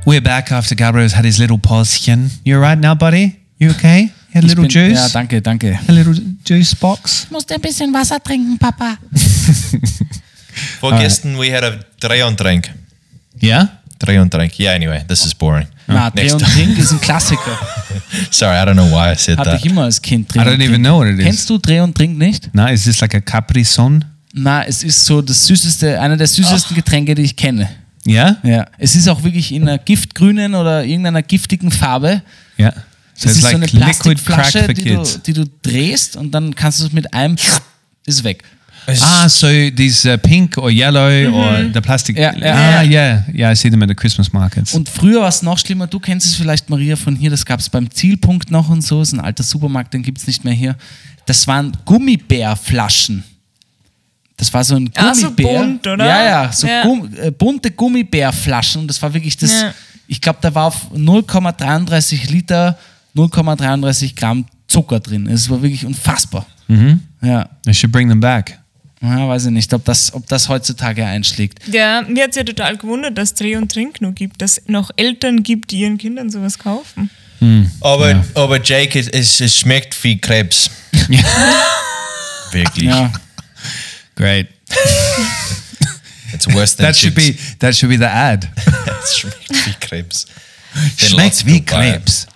S2: We're back after Gabriel's had his little pausechen. You all right now, buddy? You okay? You had
S6: Ich
S2: a little
S6: bin-
S2: juice?
S6: Ja, danke, danke.
S2: a little juice box?
S6: Musst ein bisschen Wasser trinken, Papa.
S1: Vorgestern, we had a Dreh und Drink.
S2: Yeah?
S1: Dreh und Drink. Yeah, anyway, this is boring.
S6: Na, Dreh
S1: Next
S6: und
S1: time.
S6: Trink ist ein Klassiker.
S1: Sorry, I don't know why I said
S6: Hatte
S1: that.
S6: ich immer als Kind. Dreh
S2: I
S6: und
S2: don't even
S6: Trink.
S2: know what it is.
S6: Kennst du Dreh und Trink nicht?
S2: No, is this like a Capri Sun?
S6: Na, es ist so das süßeste, einer der süßesten Getränke, die ich kenne.
S2: Yeah?
S6: Ja. Es ist auch wirklich in einer giftgrünen oder irgendeiner giftigen Farbe.
S2: Yeah. So
S6: Das
S2: it's
S6: ist
S2: like
S6: so eine
S2: liquid crack
S6: Plastikflasche,
S2: for
S6: die du,
S2: kids.
S6: die du drehst und dann kannst du es mit einem ist weg.
S2: Ah, so these uh, pink or yellow or the plastic.
S6: Yeah, yeah, yeah.
S2: ah, yeah. Yeah, I see them at the Christmas markets.
S6: Und früher war es noch schlimmer. Du kennst es vielleicht, Maria, von hier. Das gab es beim Zielpunkt noch und so. Ist ein alter Supermarkt, den gibt es nicht mehr hier. Das waren Gummibärflaschen. Das war so ein Gummibär.
S7: Ah, so bunt, oder?
S6: Ja, ja, so
S7: Ja.
S6: Gum- äh, bunte Gummibärflaschen. Und das war wirklich das.
S7: Ja.
S6: Ich glaube, da war auf 0,33 Liter 0,33 Gramm Zucker drin. Es war wirklich unfassbar.
S2: Mhm.
S6: Ja.
S2: They should bring them back.
S6: ja, weiß ich nicht, ob das, ob das heutzutage einschlägt.
S7: Ja, mir hat es ja total gewundert, dass Dreh und Trink nur gibt, dass es noch Eltern gibt, die ihren Kindern sowas kaufen.
S1: Aber, aber Jake, es, es, es schmeckt wie Krebs. Wirklich.
S6: Ja.
S2: Great.
S1: It's worse than
S2: That should be
S1: chips.
S2: that should be the (laughs) ad.
S1: (laughs) Es schmeckt wie Krebs. Then lots
S2: Schmeckt wie
S1: of wine.
S2: Krebs.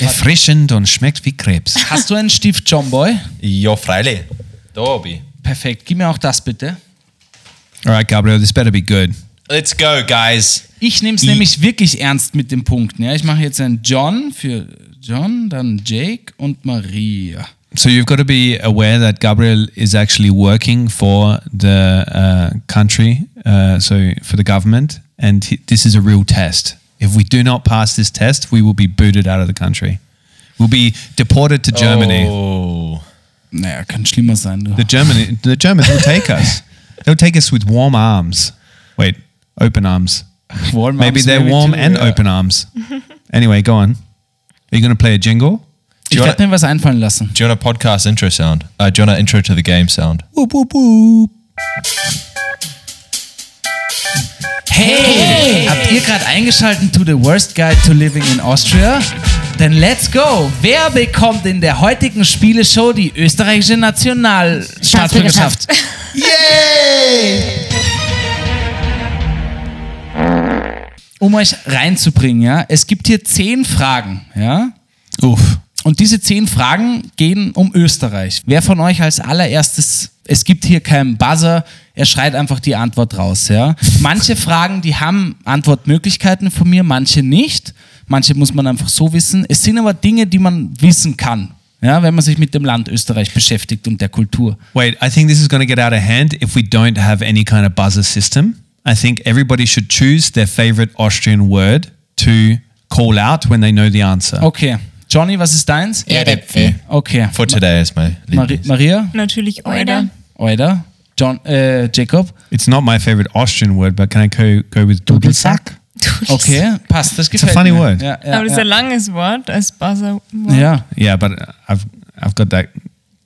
S2: Erfrischend und schmeckt wie Krebs.
S6: Hast du einen Stift, John Boy?
S1: Ja, freilich. Da hab ich.
S6: Perfekt. Gib mir auch das bitte.
S2: All right, Gabriel, this better be good.
S1: Let's go, guys.
S6: Ich nehme es nämlich wirklich ernst mit den Punkten. Ja? Ich mache jetzt einen John für John, dann Jake und Maria.
S2: So you've got to be aware that Gabriel is actually working for the uh, country, uh, so for the government, and he, this is a real test. If we do not pass this test, we will be booted out of the country. We'll be deported to Germany.
S1: Oh.
S6: Naja, kann schlimmer sein. Du.
S2: The Germany, the Germans will take (laughs) us. They'll take us with warm arms. Wait, open arms.
S6: Warm
S2: Maybe
S6: arms,
S2: they're
S6: maybe
S2: warm
S6: too,
S2: and
S6: ja.
S2: open arms. anyway, go on. Are you going to play a jingle?
S6: Ich werde mir was einfallen lassen.
S1: Do you want a podcast intro sound? Uh, do you want an intro to the game sound?
S2: Boop, boop, boop.
S6: Hey, habt ihr gerade eingeschaltet to the worst guide to living in Austria? Dann let's go. Wer bekommt in der heutigen Spieleshow die österreichische Nationalstaatsbürgerschaft? (laughs) um euch reinzubringen, ja, es gibt hier zehn Fragen, ja. Uff. Und diese zehn Fragen gehen um Österreich. Wer von euch als allererstes, es gibt hier keinen Buzzer, er schreit einfach die Antwort raus, ja. Manche Fragen, die haben Antwortmöglichkeiten von mir, manche nicht. Manche muss man einfach so wissen. Es sind aber Dinge, die man wissen kann, ja, wenn man sich mit dem Land Österreich beschäftigt und der Kultur.
S2: Wait, I think this is going to get out of hand if we don't have any kind of buzzer system. I think everybody should choose their favorite Austrian word to call out when they know the answer.
S6: Okay. Johnny, was ist deins? Okay.
S1: For today is my
S6: Mari Maria,
S7: Natürlich Euler.
S10: Euler.
S6: Euda, John, äh, Jacob.
S2: It's not my favorite Austrian word, but can I go, go with dudelsack?
S6: Okay, passt. Das
S2: a
S6: gefällt
S2: funny
S6: mir.
S2: word.
S6: Ja,
S7: Aber das ist
S6: ja,
S7: ein langes Wort als Buzzer.
S6: ja. ja.
S2: Yeah, but I've I've got that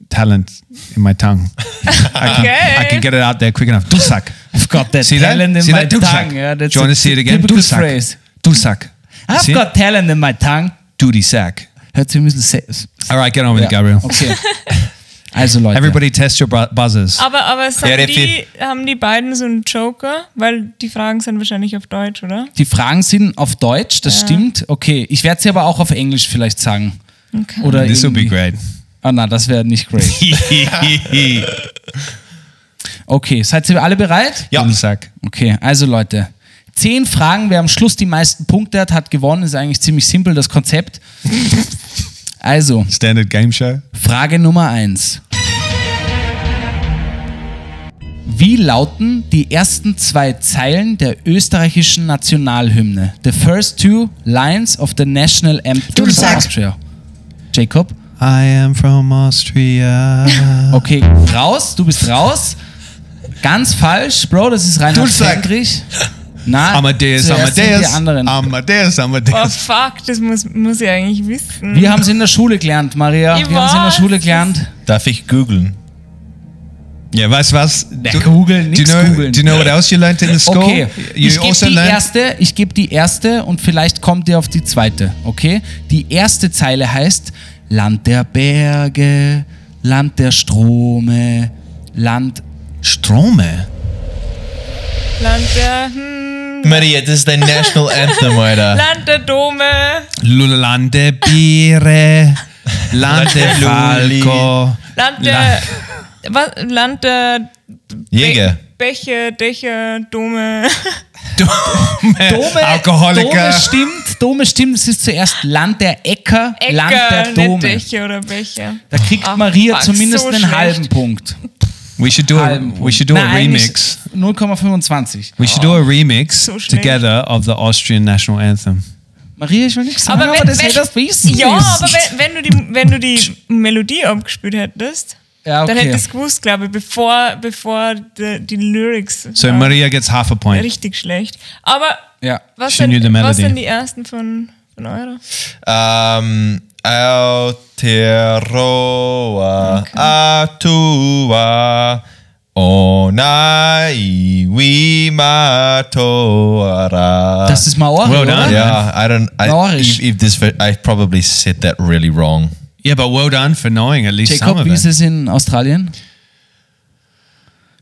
S2: talent in my tongue. I, can,
S7: Okay.
S2: I can get it out there quick enough. Dusak.
S6: I've got that
S2: See that?
S6: talent in
S2: see
S6: my
S2: that? Dusak.
S6: tongue. Yeah, that's
S2: Do you want
S6: a
S2: to see it again?
S6: typical phrase.
S2: Dusak. Dusak.
S6: I've
S2: See?
S6: got talent in my tongue.
S2: duty sack.
S6: Hört sich ein bisschen se-
S2: All right, get on with it, Gabriel. (laughs)
S6: Okay. Also Leute,
S2: Everybody, test your bu- buzzers.
S7: Aber, aber sagen
S1: Ja, der
S7: die,
S1: viel-
S7: haben die beiden so einen Joker? Weil die Fragen sind wahrscheinlich auf Deutsch, oder?
S6: die Fragen sind auf Deutsch, das stimmt. Okay, ich werde sie aber auch auf Englisch vielleicht sagen.
S7: Okay.
S6: Oder
S2: This will be
S6: irgendwie-
S2: great.
S6: Ah na, das wäre nicht
S2: (laughs)
S6: great. Okay, seid ihr alle bereit?
S1: Ja.
S2: Dudelsack.
S6: Okay, also Leute, zehn Fragen. Wer am Schluss die meisten Punkte hat, hat gewonnen. Ist eigentlich ziemlich simpel das
S2: (laughs)
S6: Konzept. Also,
S2: Standard game show.
S6: Frage Nummer eins: Wie lauten die ersten zwei Zeilen der österreichischen Nationalhymne? The first two lines of the national anthem of Austria. Jacob?
S2: I am from Austria.
S6: Okay, raus, du bist raus. Ganz falsch, Bro, das ist Reinhard
S2: Dudelsack.
S6: Fendrich. Na,
S2: (laughs) Amadeus,
S6: zuerst sind
S2: Amadeus.
S6: Die anderen.
S2: Amadeus,
S7: Oh
S2: Amadeus.
S7: fuck, das muss, muss ich eigentlich wissen.
S6: Wir haben es in der Schule gelernt, Maria.
S1: (laughs)
S7: Ich
S6: Wir haben es in der
S7: weiß.
S6: Schule gelernt.
S1: Darf ich googeln?
S2: Yeah, weißt du was?
S6: Na, googeln,
S2: do you
S6: nix
S2: know,
S6: googeln.
S2: Do you know what else you learned in the school?
S6: Okay,
S2: You
S6: ich gebe
S2: also
S6: die
S2: learned
S6: erste, ich gebe die erste und vielleicht kommt ihr auf die zweite, okay? Die erste Zeile heißt Land der Berge, Land der Strome, Land
S2: Strome.
S7: Land der, hm,
S1: Maria, das ist dein National Anthem,
S6: (laughs)
S1: Alter.
S7: Land der Dome,
S2: Lulande (laughs) Biere. Lande
S1: Lande Luli.
S2: Falco.
S7: Land der, was, Land der
S1: Jäger.
S7: Bäche, Dächer, Dome.
S2: (laughs)
S6: Dome, Dome
S2: Äh, Alkoholiker.
S6: stimmt, Dome stimmt, es ist zuerst Land der Äcker,
S7: Äcker,
S6: Land der
S7: nicht
S6: Dome.
S7: Dächer oder Bäche.
S6: Da kriegt
S7: Ach,
S6: Maria
S7: fuck,
S6: zumindest
S7: so
S6: einen
S7: schlecht.
S6: halben Punkt.
S2: We should do a,
S6: Halben
S2: we
S6: Punkt.
S2: should do a
S6: Nein, eigentlich
S2: remix.
S6: 0,25.
S2: We should do a remix
S7: So schlecht.
S2: together of the Austrian national anthem.
S6: Maria, ich will nichts sagen,
S7: Aber
S6: aber,
S7: wenn-
S6: das
S7: wenn-
S6: hättest du wissen
S7: Ja,
S6: müssen.
S7: aber wenn, wenn, du die, wenn du die Melodie abgespielt hättest,
S6: Ja,
S7: dann
S6: okay.
S7: hättest du gewusst, glaube ich, bevor, bevor die, die Lyrics
S2: So
S7: waren
S2: Maria gets half a point.
S7: richtig schlecht. Aber
S6: Ja.
S7: was
S2: She knew the
S7: sind, was
S2: melody.
S7: sind die ersten von, von eurer?
S1: Ähm, Aotearoa, Atua, Onai, Wimatoara.
S6: Das ist Maori,
S2: Well
S6: oder?
S2: done.
S1: Yeah, I don't. I,
S6: Norris.
S1: if, if this, ve- I probably said that really wrong.
S2: Yeah, but well done for knowing at least some
S6: Jacob,
S2: of
S6: wie ist
S2: it.
S6: es in Australien?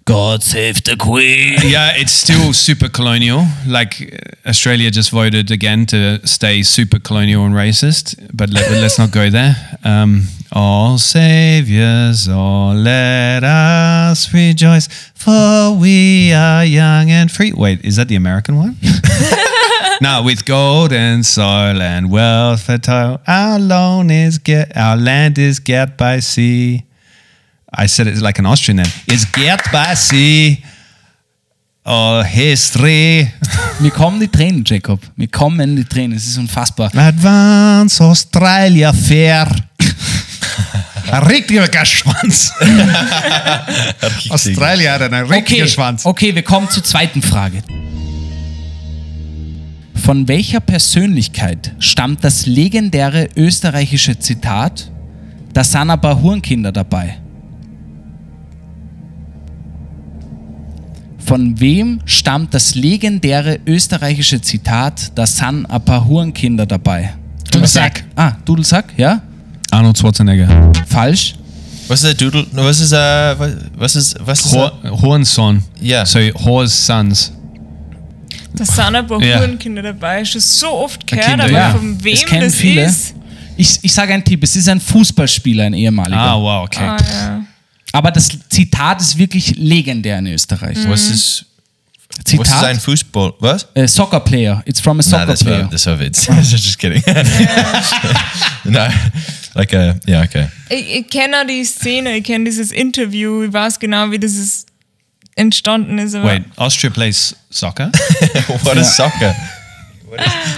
S6: God save the Queen.
S2: Yeah, it's still super colonial. Like uh, Australia just voted again to stay super colonial and racist, but let, let's not go there. Um, all saviors, all let us rejoice, for we are young and free. Wait, is that the American one? Now with gold and soil and wealth fertile, our loan is get our land is get by sea. I said it like an Austrian then. It's get by sea. Oh, history,
S6: Mir kommen die Tränen, Jacob. Mir kommen die Tränen. Es ist unfassbar.
S2: advance Australia (laughs) fair. Ein richtiger Schwanz. Australia er hat einen richtigen
S6: Okay,
S2: Schwanz.
S6: okay, wir kommen zur zweiten Frage. Von welcher Persönlichkeit stammt das legendäre österreichische Zitat Da sind ein paar Hurenkinder dabei? Von wem stammt das legendäre österreichische Zitat Da sind ein paar Hurenkinder dabei?
S2: Dudelsack.
S6: Ah, Dudelsack, ja?
S2: Arnold Schwarzenegger.
S6: Falsch.
S1: Was ist der Doodle? Was ist äh, was- was ist was ist?
S2: Hor Hornson.
S1: Ja.
S2: So, Hor's sons.
S7: Da sind ein paar
S2: Ja.
S7: Hurenkinder dabei. Schon so oft gehört,
S2: Kinder,
S7: aber
S2: ja.
S7: von
S6: Das
S7: wem
S6: kennen
S7: das
S6: viele.
S7: ist.
S6: Ich, ich sage einen Tipp, es ist ein Fußballspieler, ein ehemaliger.
S2: Ah, wow, okay.
S7: Ah, ja.
S6: Aber das Zitat ist wirklich legendär in Österreich.
S1: Was ist was
S6: Mm.
S1: Mhm. ist ein
S6: Zitat,
S1: Fußball? Was?
S6: äh, Soccer Player. It's from
S1: Nah,
S6: a soccer
S1: das war
S6: player.
S1: das war Witz. (laughs) Just kidding. no, like a yeah (laughs) okay.
S7: Ich, ich kenne auch die Szene, ich kenne dieses Interview, ich weiß genau, wie das ist entstanden ist. Aber
S2: Wait, Austria plays (laughs) soccer?
S1: What is soccer?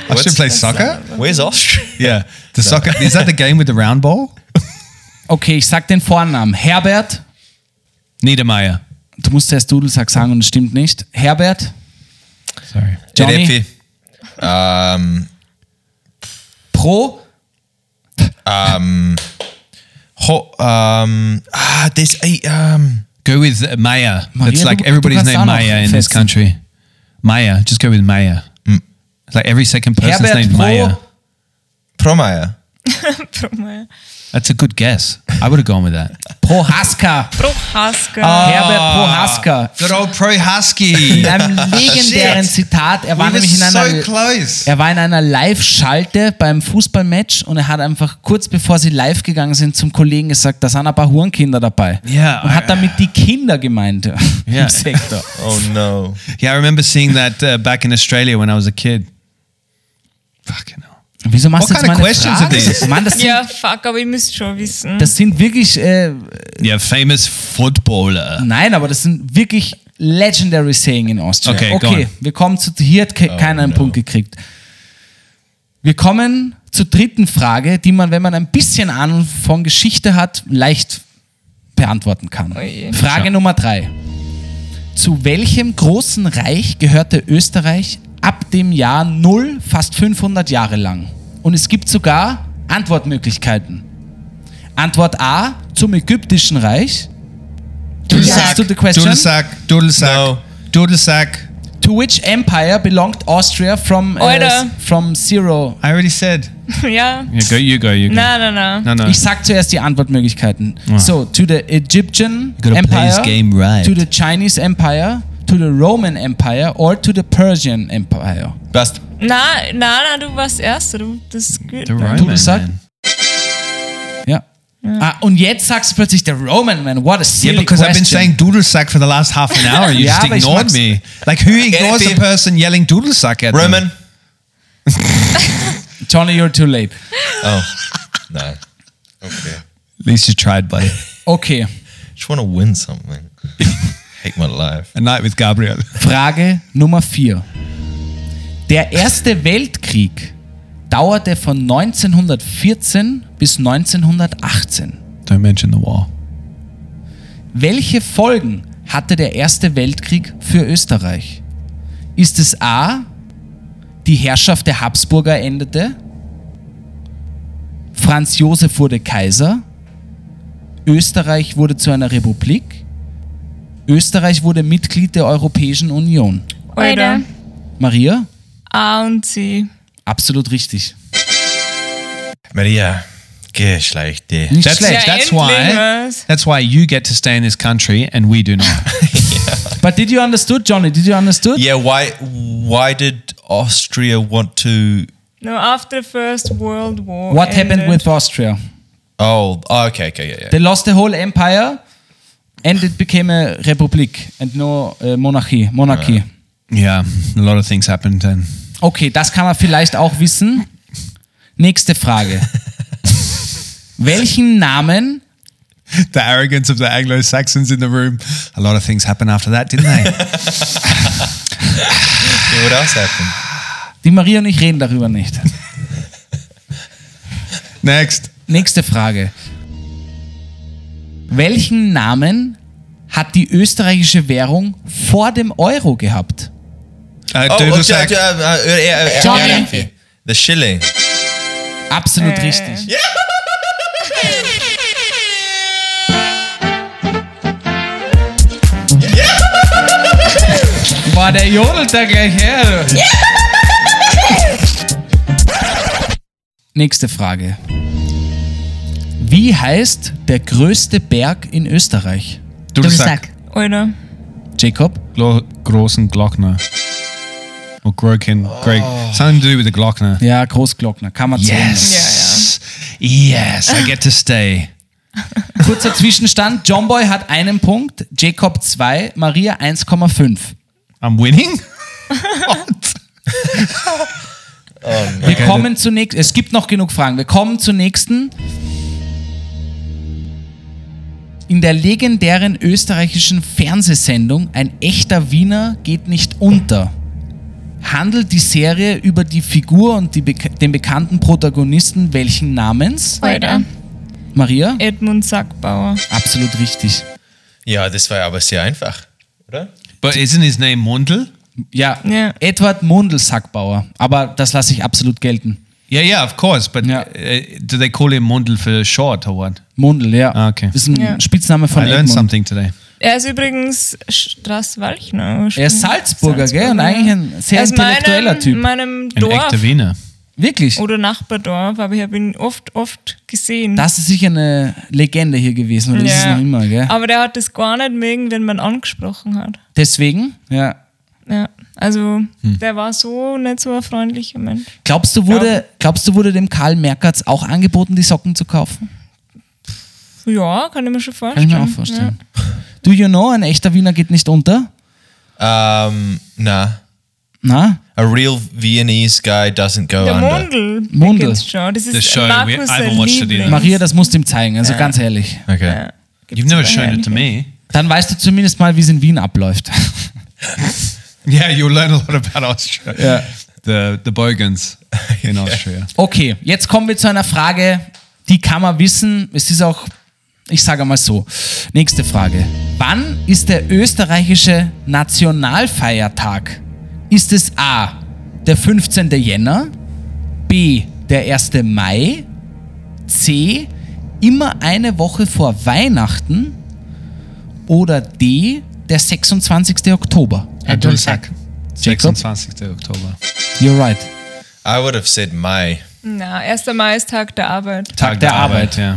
S2: Austria
S1: What's-
S2: plays soccer?
S1: Where's (laughs) Austria?
S2: Yeah. The soccer is that the game with the round ball?
S6: Okay, ich sag den Vornamen. Herbert.
S2: Niedermeyer.
S6: Du musst erst Dudelsack sagen und es stimmt nicht. Herbert.
S2: Sorry.
S6: Johnny.
S1: JDP. Ähm,
S6: Pro.
S1: ähm, ho, ähm, ah, das, ey, ähm,
S2: Go with uh, Meyer.
S6: Maria,
S2: it's
S6: du-
S2: like
S6: du
S2: everybody's
S6: kannst auch
S2: named
S6: noch
S2: Meyer in this
S6: fetzen.
S2: country. Meyer. Just go with Meyer. It's Like every second person's
S6: Herbert
S2: named
S6: Pro.
S2: Meyer.
S1: Promeier.
S7: Brummel.
S2: That's a good guess. I would have gone with that.
S6: Prohaska.
S7: Prochaska.
S1: Ah.
S6: Herbert Prohaska.
S2: (laughs) Good old Pro
S6: In (laughs)
S2: Husky.
S1: (laughs)
S6: einem legendären Zitat. (laughs) Er war nämlich in einer.
S2: close.
S6: Er war in einer Live-Schalte beim Fußballmatch und er hat einfach kurz bevor sie live gegangen sind zum Kollegen gesagt, da sind ein paar Hurenkinder dabei.
S2: Ja,
S6: und hat
S2: äh,
S6: damit die Kinder gemeint (laughs)
S2: Ja.
S6: im Sektor.
S1: Oh no.
S2: Yeah, I remember seeing that uh, back in Australia when I was a kid. Fucking hell.
S6: Wieso machst du
S2: What
S6: jetzt
S2: kind of
S6: meine
S2: questions
S6: Frage?
S2: are these?
S6: Mann, das sind,
S7: Ja, fuck, aber ihr müsst schon wissen.
S6: das sind wirklich, äh,
S2: Yeah, famous footballer.
S6: nein, aber das sind wirklich legendary saying in Austria.
S2: Okay, go
S6: okay
S2: on. Oh,
S6: wir kommen zu, hier hat ke keiner einen Punkt gekriegt. Wir kommen zur dritten Frage, die man, wenn man ein bisschen Ahnung von Geschichte hat, leicht beantworten kann.
S7: Oje.
S6: Frage Nummer drei. Zu welchem großen Reich gehörte Österreich ab dem Jahr 0 fast 500 Jahre lang? Und es gibt sogar Antwortmöglichkeiten. Antwort A zum Ägyptischen Reich. Yes, to the question.
S2: Dudelsack, Dudelsack,
S1: No.
S2: Dudelsack.
S6: To which empire belonged Austria from äh,
S7: Alter.
S6: s- from zero?
S2: I already said.
S7: (laughs) ja.
S2: You go, you go, you go.
S7: Na, na, na.
S2: No, no.
S6: Ich sag zuerst die Antwortmöglichkeiten. So, to the Egyptian
S2: gotta
S6: Empire,
S2: play this game right.
S6: to the Chinese Empire, to the Roman Empire or to the Persian Empire.
S1: Bast.
S7: Na, na, na, du warst erst. Du, das gilt.
S2: The Roman
S6: Dudelsack?
S2: man.
S6: Ja. Ah, und jetzt sagst du plötzlich der Roman Man. What a silly
S2: Yeah, because
S6: question.
S2: I've been saying Dudelsack for the last half an hour. (laughs) You
S6: Yeah,
S2: just
S6: but it's
S2: ignored
S6: not-
S2: me. Like, (laughs) who ignores
S1: Anything-
S2: a person yelling Dudelsack at them?
S1: Roman.
S6: Johnny, you're too late.
S1: Oh. No. Okay.
S2: At least you tried, buddy.
S6: Okay.
S1: Just want to win (laughs) something. Hate my life.
S2: A night with Gabriel.
S6: Frage Nummer 4. Der Erste Weltkrieg dauerte von 1914 bis 1918.
S2: (laughs) Don't mention the war.
S6: Welche Folgen hatte der Erste Weltkrieg für Österreich? Ist es A, die Herrschaft der Habsburger endete, Franz Josef wurde Kaiser, Österreich wurde zu einer Republik, Österreich wurde Mitglied der Europäischen Union?
S7: Alter.
S6: Maria?
S7: A und C.
S6: Absolut richtig.
S1: Maria. Geschlechte.
S6: Nicht
S2: That's,
S6: schlecht.
S2: that's
S7: Yeah,
S2: why.
S7: endling was.
S2: That's why you get to stay in this country and we do not. (laughs)
S6: But did you understood, Johnny? Did you understood?
S1: Yeah, why why did Austria want to
S7: No, after the First World War.
S6: What
S7: ended.
S6: happened with Austria?
S1: Oh, okay, okay, yeah, yeah.
S6: They lost the whole empire and it became a republic and no äh, monarchy. monarchy.
S2: yeah, a lot of things happened then.
S6: Okay, das kann man vielleicht auch wissen. Nächste Frage. Welchen Namen
S2: The arrogance of the Anglo Saxons in the room. A lot of things happened after that, didn't they?
S1: Okay, what else happened?
S6: die Maria und ich reden darüber nicht.
S2: (laughs) Next.
S6: Nächste Frage. Welchen Namen hat die österreichische Währung vor dem Euro gehabt?
S2: Uh,
S1: Oh, oh,
S2: Dudelsack.
S1: ja, ja, äh, äh, äh, äh,
S6: Johnny.
S1: ja, ja. The Schilling.
S6: Absolut richtig. Boah, der jodelt da gleich her. du. Nächste Frage. Wie heißt der größte Berg in Österreich?
S2: Dudelsack.
S7: Alter.
S6: Jacob?
S2: Glo- Großen Glockner. Or Groken. Greg. Something to do with the Glockner.
S6: Ja, Großglockner, kann man zählen.
S2: Yes. Yes, I get to stay.
S6: Kurzer Zwischenstand, John Boy hat einen Punkt, Jacob 2, Maria 1,5.
S2: I'm winning?
S6: Wir kommen zur nächsten, es gibt noch genug Fragen, wir kommen zur nächsten. In der legendären österreichischen Fernsehsendung Ein echter Wiener geht nicht unter handelt die Serie über die Figur und die bek den bekannten Protagonisten welchen Namens?
S7: Alter.
S6: Maria?
S7: Edmund Sackbauer.
S6: Absolut richtig.
S1: Ja, das war aber sehr einfach, oder?
S2: (laughs) But isn't his name Mundel?
S6: Ja,
S7: Ja.
S6: Edward Mundelsackbauer, aber das lasse ich absolut gelten.
S2: Yeah, yeah, of course. But
S6: Yeah.
S2: uh, do they call him Mundel for short or what?
S6: Mundel, ja.
S2: Ah, okay.
S6: Ist ein
S7: Ja.
S6: Spitzname von
S2: I learned
S6: Edmund.
S2: something today.
S7: Er ist übrigens Straßwalchner.
S6: Er ist Salzburger, gell? Und eigentlich ein sehr
S7: Aus
S6: intellektueller
S7: meinem,
S6: Typ.
S7: meinem
S2: An
S7: Dorf
S2: echter Wiener.
S6: Wirklich.
S7: oder Nachbardorf, aber ich habe ihn oft, oft gesehen.
S6: Das ist sicher eine Legende hier gewesen, oder ist es
S7: Ja.
S6: noch immer, gell?
S7: Aber der hat das gar nicht mögen, wenn man angesprochen hat.
S6: Deswegen, ja.
S7: Ja. Also,
S6: Hm.
S7: der war so nicht so ein freundlicher Mensch.
S6: Glaubst du, wurde, glaubst du, wurde dem Karl Merkertz auch angeboten, die Socken zu kaufen?
S7: Ja, kann ich mir schon vorstellen.
S6: Kann ich mir auch vorstellen. Do you know, ein echter Wiener geht nicht unter?
S1: Um, nah.
S6: Na?
S1: A real Viennese guy doesn't go
S7: Der
S1: under.
S7: Mundel.
S6: Mundl.
S7: beginnt's Schon. Das ist
S2: The show, we-
S7: Markus
S2: I haven't
S7: sein
S2: watched it
S7: Liebling.
S2: either.
S6: Maria, das musst du ihm zeigen, also ganz ehrlich.
S1: Okay.
S2: You've never shown it to me.
S6: Dann weißt du zumindest mal, wie es in Wien abläuft.
S2: (laughs) Yeah, you'll learn a lot about Austria. Yeah. The, the (laughs) Bogans in Austria.
S6: Okay, jetzt kommen wir zu einer Frage, die kann man wissen. Es ist auch, ich sage mal so. Nächste Frage. Wann ist der österreichische Nationalfeiertag? Ist es A, der 15. Jänner, B, der 1. Mai, C, immer eine Woche vor Weihnachten Oder D, der 26. Oktober?
S2: Abdul-Sak.
S6: Jacob?
S2: 26. Oktober.
S6: You're right.
S1: I would have said May.
S7: Na, 1. Mai ist Tag der Arbeit.
S6: Tag der Arbeit.
S2: ja.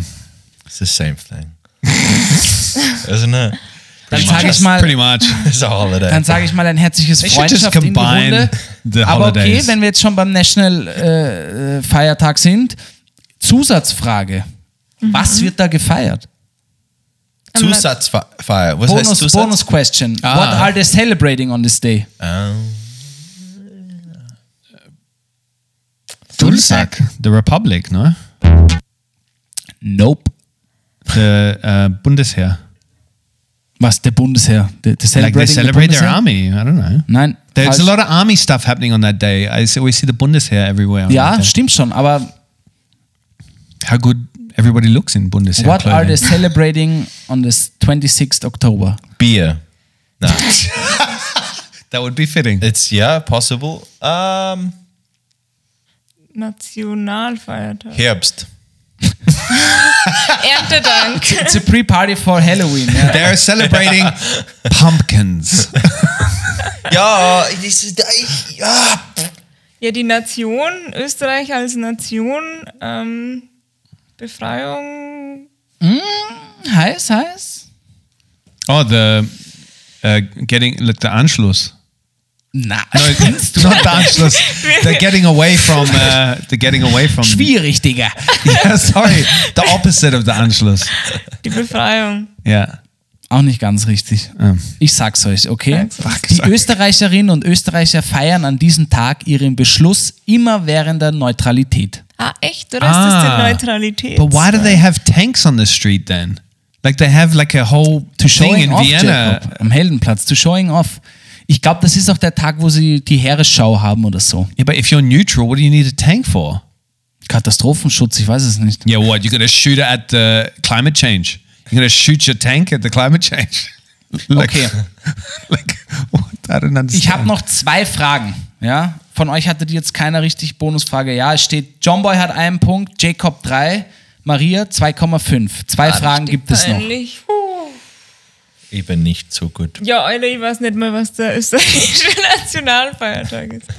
S1: It's the same thing, (laughs) isn't it?
S6: Dann sage ich mal,
S2: Pretty much.
S1: It's a holiday.
S6: Dann sage ich mal ein herzliches
S2: They should just
S6: Freundschaft in die
S2: combine
S6: Runde.
S2: the
S6: Aber okay,
S2: holidays.
S6: wenn wir jetzt schon beim National äh, äh, Feiertag sind, Zusatzfrage. Was wird da gefeiert?
S1: Zusatzfeier. Was heißt
S6: Bonus,
S1: Zusatz?
S6: Bonus question.
S2: Ah.
S6: What are they celebrating on this day?
S1: Ähm,
S2: Dulsack. The Republic, ne?
S6: Nope.
S2: The äh, Bundesheer.
S6: Was, der Bundesheer? The, the
S2: Like they
S6: celebrating the
S2: celebrate their
S6: Bundesheer?
S2: army. I don't know.
S6: Nein.
S2: There's a
S6: falsch.
S2: lot of army stuff happening on that day. I see, we see the Bundesheer everywhere. on
S6: ja,
S2: that day.
S6: stimmt schon, aber
S2: How good everybody looks in Bundesheer
S6: what are they
S2: clothing.
S6: celebrating on this 26th Oktober?
S1: Beer. No,
S2: That would be fitting.
S1: it's yeah, possible. Um,
S7: Nationalfeiertag.
S1: Herbst.
S7: Erntedank.
S6: It's a pre-party for Halloween. ja.
S2: (laughs) They're celebrating pumpkins.
S1: Ja, this is the- ja.
S7: ja, die Nation, Österreich als Nation, ähm, Befreiung.
S6: Heiß, heiß?
S2: Oh, the uh, getting like the Anschluss.
S6: (laughs) Na,
S2: No, it's (laughs) not the Anschluss. They're getting away from. Uh, they're getting away from.
S6: schwierig, Digga.
S2: Yeah, (laughs) sorry, the opposite of the Anschluss.
S7: Die Befreiung.
S2: Yeah. Um,
S6: Auch nicht ganz richtig. Ich sag's euch, okay? Die Österreicherinnen und Österreicher feiern an diesem Tag ihren Beschluss immer während der Neutralität.
S7: Ah, echt? Du ist
S2: Ah.
S7: die Neutralität.
S2: But why do they have tanks on the street then? Like they have like a whole thing in Vienna.
S6: Jacob, am Heldenplatz, to showing off. Ich glaube, das ist auch der Tag, wo sie die Heeresschau haben oder so.
S2: Yeah, but if you're neutral, what do you need a tank for?
S6: Katastrophenschutz, ich weiß es nicht.
S2: Yeah, what? You're gonna shoot it at the climate change. You're gonna shoot your tank at the climate change. (laughs) like,
S6: Okay.
S2: like what? I don't understand.
S6: Ich habe noch zwei Fragen. Ja? Von euch hatte die jetzt keiner richtig Bonusfrage. Ja, es steht, John Boy hat einen Punkt, Jacob drei, Maria 2,5. Zwei Fragen gibt es noch.
S7: Peinlich. Puh.
S1: Eben nicht so gut.
S7: Ja, Alter, ich weiß nicht mal, was der österreichische (laughs) Nationalfeiertag ist.